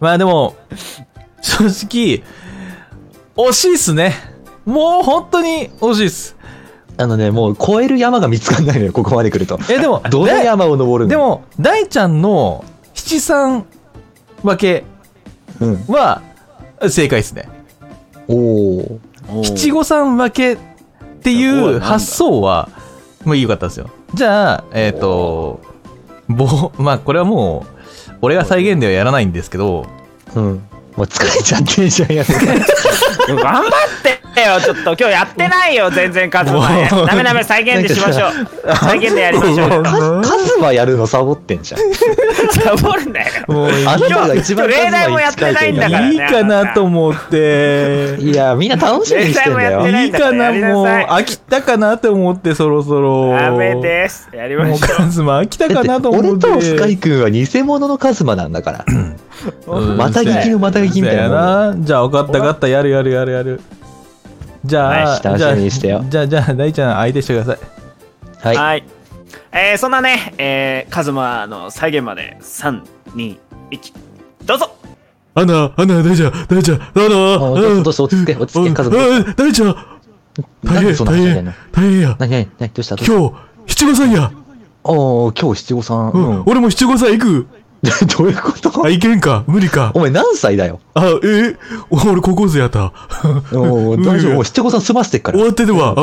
まあでも、正直、惜しいっすね。もう本当に惜しいっす。
あのね、もう超える山が見つかんないのよ、ここまで来ると。
え、でも、
どの山を登るの
で、も、大ちゃんの七三分け
うん、
は正解っすね。
おー
七五三分けっていう発想は、まあ良かったですよ。じゃあ、えっ、と、ぼ、まあこれはもう、俺が再現ではやらないんですけど、
うん。もう疲れちゃってんじゃん、や めて
頑張ってよちょっと今日やってないよ全然カズマね
もう
ダメダメ再現でしましょう再現でやりましょう
カカズマやるのサボってんじゃん。
サボるんだよ
もういい
あなたが一
今
番
日
カズマに近いと
例題もやってないん
いう
だから
か。
ね
いいかなと思って。
いや、みんな楽しみにしてん
絶対
だ
もうやって
よ。
ない
いいかな、
やりなさい
もう飽きたかなって思って、そろそろ。
ダメですやりま
もう
しょ
カズマ飽きた
だ
か
って
なと思
俺
って。
とスカイ君は偽物のカズマなんだから。
うん
また聞きのまた聞きみたいな
そうやな。じゃあ分かった分かった、やるやるやるやる。じゃ
は
あ、
い楽しみにしてよ
じゃあ、じゃあ、じゃあ大ちゃん相手してください。
は
う
い。
はいえーそんなねえーカズマの再現まで321どうぞ
アンナ、アンナ、大ちゃん、大ちゃん、アンナ、
あちょっと、ちょっと、落ち着け、落ち着け、カズマ。
大ちゃん、
なんでそんな話じゃないの
大変や。
何、何、何、どうしたどうした
今日、七五三や。
ああ、今日七五三。うん。
俺も七五三行く。
どういうこと
あ、いけんか無理か
お前何歳だよ。
あ、えー、お俺高校生や った。
もう大丈夫。もう七五三済ませてっから
終。わってては、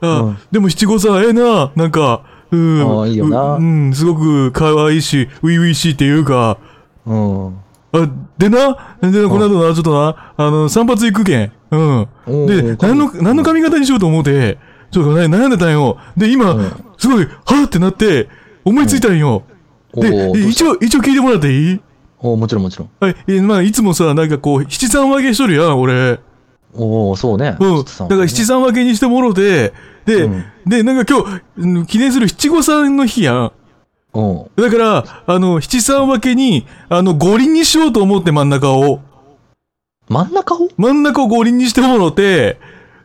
うん。あ、
うん
でも七五三、ええな、なんか、うん。
あーいいよな
ううん、すごく可愛いし、初々しいっていうか、
うん。お
あ、でな、でな、この後な、ちょっとな、あの、散髪行くけん。うん。で、
ー
何の、何の髪型にしようと思うて、ちょっとな悩んでたんよ。で、今、
うん
すごい、はぁってなって、思いついたんよ。
お
で、
ー
一応、一応聞いてもらっていい
おーもちろんもちろん。
はい、えーまあ、いつもさ、なんかこう、七三分けしとるやん、俺。
おおそうね。
うん。
ちょ
だ
っとさ
から七三分けにしてもろて、で、
うん
で、なんか今日うん、記念する七五三の日やん。
うん。
だから、あの、七三分けに、あの、五輪にしようと思って真ん中を。
真ん中を
真ん中を五輪にしてもろて、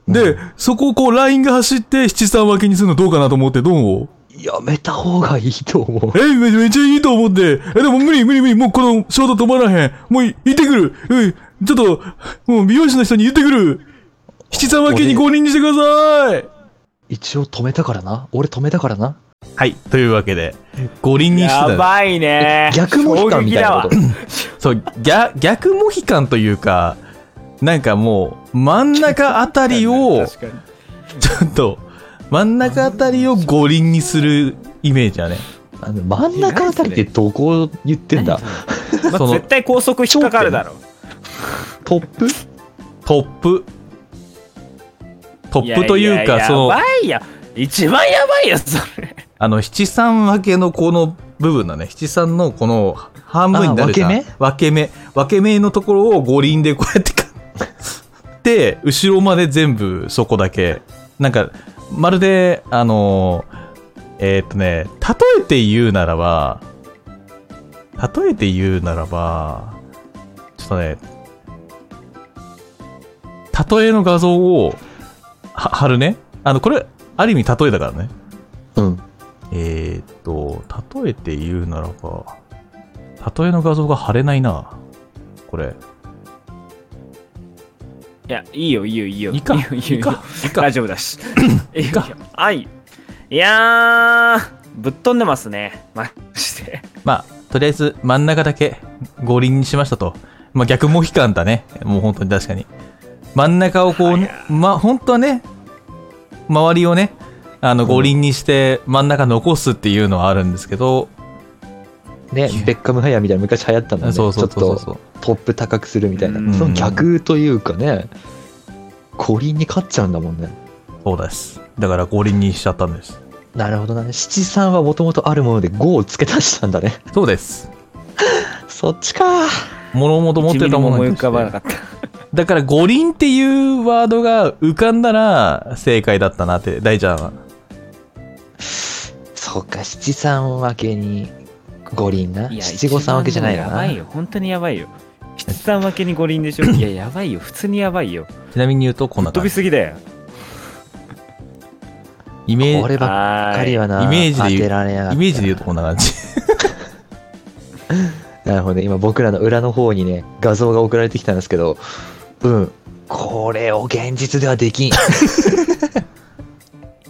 で、
う
そこをこう、ラインが走って七三分けにするのどうかなと思って、どう
やめた方がいいと思う。
えめ、めっちゃいいと思って。え、でも無理無理無理。もうこのショート止まらへん。もうい行ってくる。うん。ちょっと、もう美容師の人に言ってくる。七三分け
俺
に五輪にしてください。
一応止めたからな。俺止めたからな。
はい。というわけで、五輪にして
や
た。
ばいね
逆モヒカンみたいなこ
衝
と
撃だわ。
そう、逆、逆モヒカンというか、なんかもう、真ん中あたりを、ち
確かに
ょっと、真ん中あたりを五輪にするイメージだね。
あの真ん中あたりってどこ言ってんだ
その、
絶対高速引っかかるだろ
トップ
トップ。トップというか、
やや
その、
やばいや一番やばいやつ
あの七三分けのこの部分だね七三のこの半分になるじゃん
あ分け
分け目分け目のところを五輪でこうやってかで後ろまで全部そこだけなんかまるであのえーっとね例えて言うならば例えて言うならばちょっとね例えの画像をは貼るねあのこれある意味例えだからね
うん。
えーっと、例えて言うならば、例えの画像が貼れないな。これ。
いやいいよいいよいいよ
いいか
いいよいいよ
いいかいいか
大丈夫だしいい
か
はいいやーぶっ飛んでますねマジで
まあ、とりあえず真ん中だけ五輪にしましたと。まあ逆モヒカンだね。もう本当に確かに。真ん中をこうね、ま、本当はね、周りをね、あの五輪にして真ん中残すっていうのはあるんですけど、
ね、ベッカムハイヤーみたいな昔流行ったんだね。ち
そ
ょ
う
っ
そうそう
と
そう。
トップ高くするみたい
うん
な。その逆というかね、五輪に勝っちゃうんだもんね。
そうです。だから五輪にしちゃったんです。
なるほどなね。七三はもともとあるもので5を付け足したんだね。
そうです。
そっちか。
もろもと持ってたも
一ミリ思
の
い
に
浮
対して
かばなかった
だから五輪っていうワードが浮かんだら正解だったなって大ちゃんは
そうか、七三分けに五輪な。
いや
七五三分けじゃない
一番もうやばい
な。
よ本当にやばいよ七三分けに五輪でしょいややばいよ普通にやばいよ
ちなみに言うとこんな
飛
感
び
じ
すぎだよ
イメ
こ
ージ
ればっかりはな、
イメージで言う
当てられやがっ
イ
た
メージで言うとこんな感じ
なるほどね。今僕らの裏の方にね、画像が送られてきたんですけど、うん。これを現実ではで きん。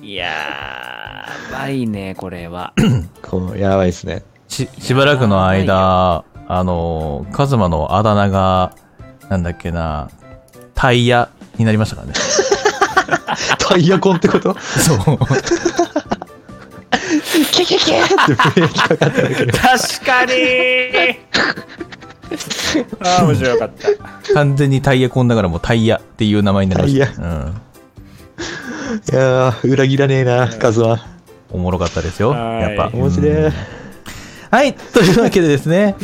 いやーやばいねこれは
こうやばいですね。
ししばらくの間あのカズマのあだ名がなんだっけなタイヤになりましたからね
タイヤコンってこと
そう
キュキュキュってブレーキかかってるけど。
確かにーああ面白かった
完全にタイヤコンだからもうタイヤっていう名前になりましたうん
いやー、裏切らねえな、カズマ。
おもろかったですよ
はい
やっぱ
面白い。
うんはい、というわけでですね、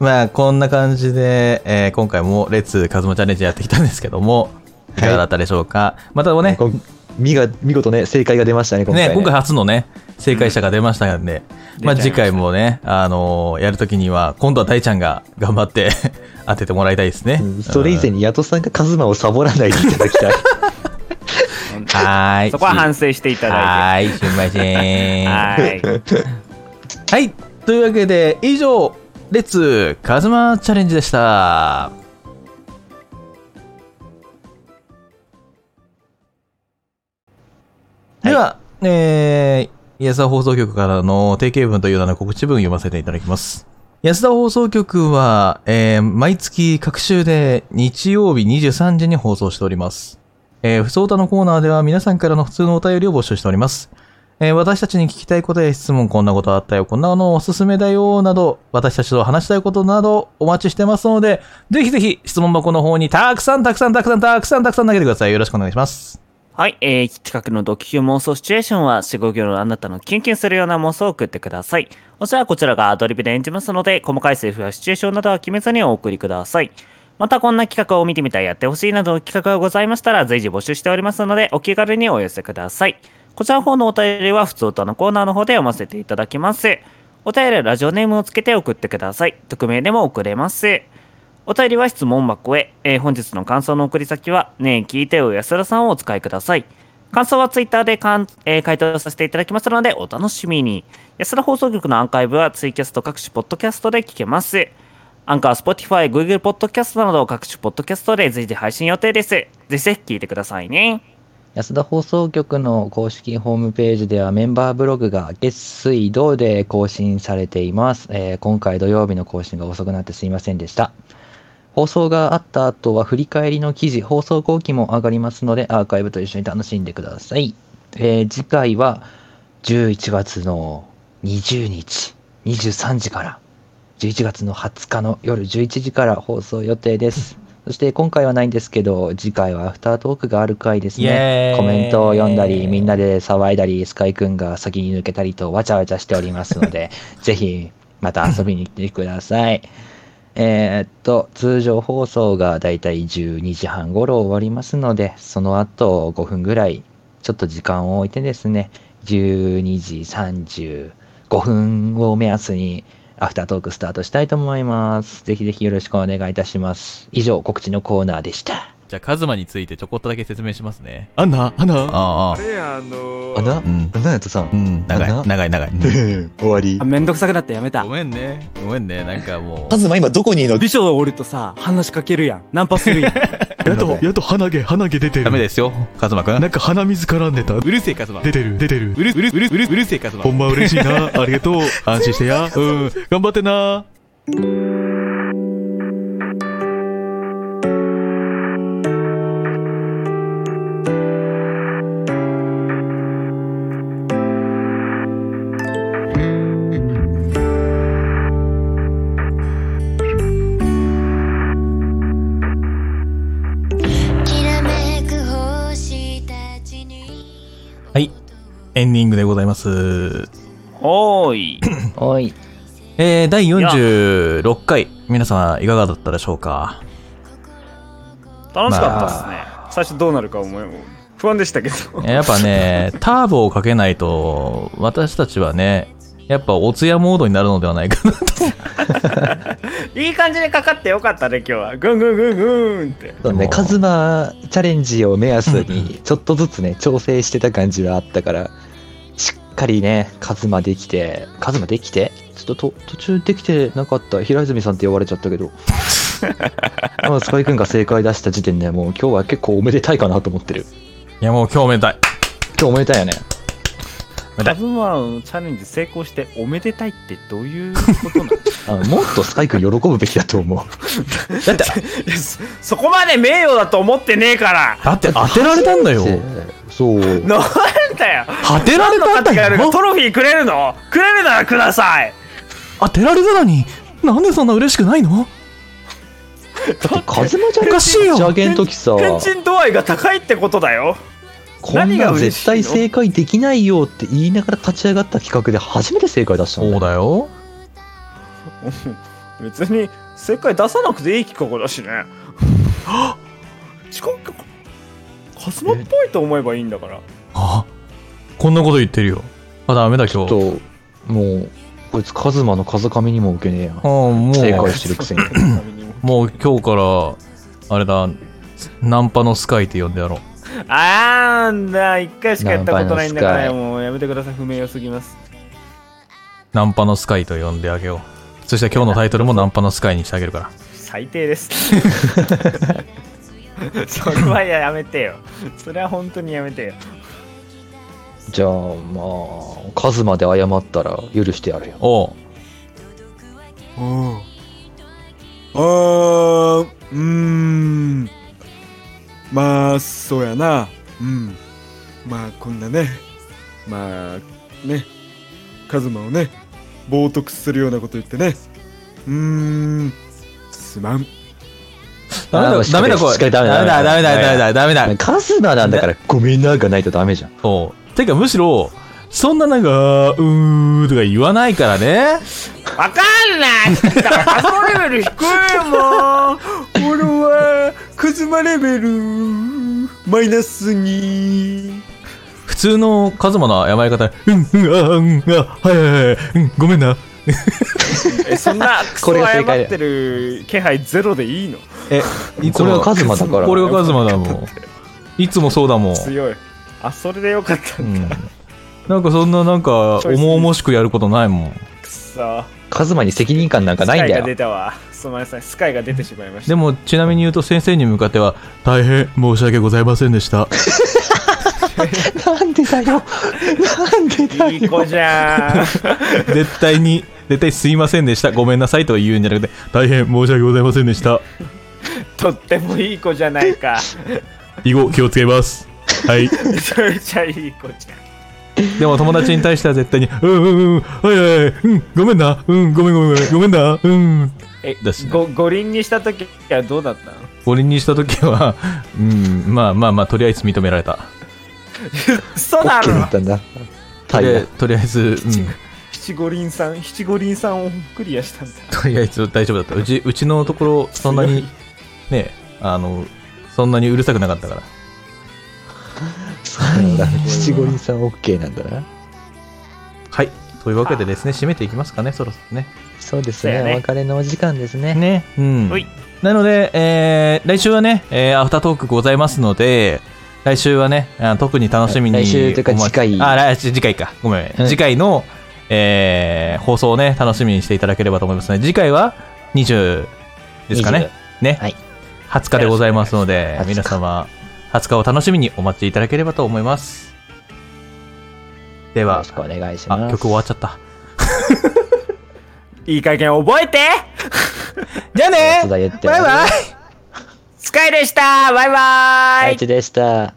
まあこんな感じで、えー今回もレッツカズマチャレンジやってきたんですけども、いかがだったでしょうか。またもね、
こん見が見事ね、正解が出ましたね、今回、
ね
ね。
今回初のね、正解者が出ましたんで、
うん
まあ
出ちゃいました
次回もね、あのーやるときには、今度は大ちゃんが頑張って 当ててもらいたいですね。
うんそれ以前
うん
に、ヤトさんがカズマをサボらないでいただきたい。
はーい。
そこは反省していただい
はーい、すいませ
て。
ん。は
はい。
い、というわけで、以上、レッツカズマチャレンジでした。では、えー、イエスア放送局からの定型文という名の告知文読ませていただきます。
安田放送局は、えー毎月各週で日曜日23時に放送しております。えー、不相談のコーナーでは皆さんからの普通のお便りを募集しております。えー私たちに聞きたいことや質問、こんなことあったよ、こんなのおすすめだよ、など、私たちと話したいことなどお待ちしてますので、ぜひぜひ質問箱の方にたくさんたくさんたくさんたくさんたくさん投げてください。よろしくお願いします。
はい、えー、近くのドキュ妄想シチュエーションは、四五行のあなたのキュンキュンするような妄想を送ってください。そしたらこちらがアドリブで演じますので、細かいセリフやシチュエーションなどは決めずにお送りください。またこんな企画を見てみたい、やってほしいなどの企画がございましたら、随時募集しておりますので、お気軽にお寄せください。こちらの方のお便りは、普通歌のコーナーの方で読ませていただきます。お便りはラジオネームをつけて送ってください。匿名でも送れます。お便りは質問箱へ、えー本日の感想の送り先は、ねえ聞いてよ安田さんをお使いください。感想はツイッターでかん、えー回答させていただきますのでお楽しみに。安田放送局のアンカイブはツイキャスト各種ポッドキャストで聞けます。アンカー、スポティファイ、グーグルポッドキャストなど各種ポッドキャストで随時配信予定です。ぜひぜひ聞いてくださいね。
安田放送局の公式ホームページではメンバーブログが月水土で更新されています、えー今回土曜日の更新が遅くなってすいませんでした。放送があった後は振り返りの記事、放送後期も上がりますのでアーカイブと一緒に楽しんでください。えー次回は11月の20日23時から11月の20日の夜11時から放送予定です。そして今回はないんですけど、次回はアフタートークがある回ですね。
エ
コメントを読んだり、みんなで騒いだり、スカイくんが先に抜けたりとわちゃわちゃしております ので、ぜひまた遊びに来てください。えーっと、通常放送がだいたい12時半頃終わりますので、その後5分ぐらい、ちょっと時間を置いてですね、12時35分を目安に、アフタートークスタートしたいと思います。ぜひぜひよろしくお願いいたします。以上、告知のコーナーでした。
じゃあ、カズマについてちょこっとだけ説明しますね。
アンナアンナ
ああ、
れやあの
あな、
うん。
なやとさん
う。ん、長、
あない
長い、長い。
終わり
あ。めんどくさくなってやめた
ごめんね。ごめんね。なんかもう
カ。ズマ今どこにいるの
美女おるとさ話しかけるやんナンパするやん
やっとやっと鼻毛鼻毛出てる
ダメですよ、カズマくん
な。んか鼻水絡んでた
うるせえ、カズマ。
出てる出てる
うる、うる、うる、うる、うるせえ、カズマ
ほ。んま嬉しい なありがとう安心してやうん頑張ってな
きらめく星たちに
はいエンディングでございます。
おーい。
おい。
えー、第46回、皆さんいかがだったでしょうか
楽しかったっすね。最初どうなるか思いも不安でしたけど。
やっぱ ね、ターボをかけないと、私たちはね、やっぱお通夜モードになるのではないかな と。
いい感じでかかってよかったね、今日は。ぐんぐんぐんぐんって。
そう
で
ね、
も
カズマチャレンジを目安に、ちょっとずつね、調整してた感じはあったから、しっかりね、カズマできて、カズマできてちょっとと途中できてなかった、平泉さんって呼ばれちゃったけ ど。まあスカイくんが正解出した時点でもう今日は結構おめでたいかなと思ってる。
いやもう今日めでたい。
今日おめでたいよね。
ラブマンのチャレンジ成功しておめでたいってどういうことなの
あのもっとスカイくん喜ぶべきだと思う。
だって、
いやそ そこまで名誉だと思ってねえから
だって当てられたんだよ。
そう。
なんだよ
当てられたん
価値があ
だ
るが
よ。
トロフィーくれるのくれるならください
当てられたのに、なんでそんな嬉しくないの
だってカズマチャ
お
レン
か
ジ
しいよ
打ち上げの時さ、
天神度合いが高いってことだよ
こん
何が
なん
嬉し
絶
いの
対正解できないよって言いながら立ち上がった企画で初めて正解出したんだよ
そうだよ。
別に正解出さなくていい企画だしね遅刻カスマっぽいと思えばいいんだから
あこんなこと言ってるよ。あ、ダメだ今
ち
日。
ょっともうこいつカズマの風上にも受けねえや
あもう、
正解してるくせに
もう今日から、あれだ、ナンパのスカイって呼んでやろう。
あーんだ一回しかやったことないんだか
ナンパ
ら
のスカイ
もうやめてください不名誉すぎます
ナンパのスカイと呼んであげよう。そして今日のタイトルもナンパのスカイにしてあげるから。
最低です それはやめてよそれは本当にやめてよ
じゃあまあカズマで謝ったら許してやるよ
おう。
あああーうーんまあそうやなうんまあこんなねまあねカズマをね冒涜するようなこと言ってねうーんすまん
ダメだ、ダメだ、こ
しっか
れ。
り
ダ
ダ
メだ、ダメ
メだ
だ、ダメだ、ダメだ。
カズマなんだから、ごめんながないとダメじゃん。
そう。てか、むしろ、そんななんか、うーとか言わないからね。
わかんないだからそのレベル低いもん
俺はカズマレベルマイナスに
普通のカズマの謝り方、うん、うん、あ、うん、あ、はいはいはい、うん、ごめんな。
えそんなクソ
これが正
謝
解だよ
ってる気配ゼロでいいの
え、い
これはカズマだから
これはカズマだもん。いつもそうだもん。
強いあそれでよかっ
う
たんだ
ん。なんかそんななんか、重々しくやることないもん。
くそ
カズマに責任感なんかないん
スカ
だ
イが出
よ。
たわすみませんスカイが出てしまいました
でも、ちなみに言うと先生に向かっては、大変申し訳ございませんでした。
なんでだよ。なんでだ
いい
よ。
子じゃん
絶対に、絶対すいませんでした。ごめんなさいとは言うんじゃなくて、大変申し訳ございませんでした。
とってもいい子じゃないか
以後気をつけます。はい。
めちゃめちゃいい子じゃん
でも友達に対しては絶対に、うんうんうん、はいはいはい、うん、ごめんな、うん、ごめんごめんごめん、ごめんな、うん。
え
だしね
ご五輪にした時はどうだったの
俺にした時は、うん、まあまあまあ、とりあえず認められた。
嘘
オ
だ
ッケーだ
ろ
ったんだ。タイ
で
ヤ。
とりあえず、うん、
七五輪さん七五輪さんをクリアしたんだ
とりあえず大丈夫だった。うち、うちのところ、そんなに、ね、あの、そんなにうるさくなかったから。
そうなんだ。七五人さんオッケーなんだな。
はい。というわけでですね、締めていきますかね、そろそろね。
そうです
そう
ね。
やね
お別れのお時間ですね。
ね。うん
はい。
なので、えー来週はね、えーアフタートークございますので、来週はね、あ特に楽しみに。
来週というか
お待ち
次回
あ、来週、次回か。ごめんごめん。
はい
次回の、えー放送をね、楽しみにしていただければと思いますね。次回は20ですかね。ね。
はい
20日でございますので
よ、ろしくお願いし
皆
ます
様、20日を楽しみにお待ちいただければと思います。で
よ
は
ろし、くお願いします。
あ、曲終わっちゃった。
いい加減覚えて
じゃあね
松田言って
バイバイ
スカイでしたバイバーイ
あいつでした。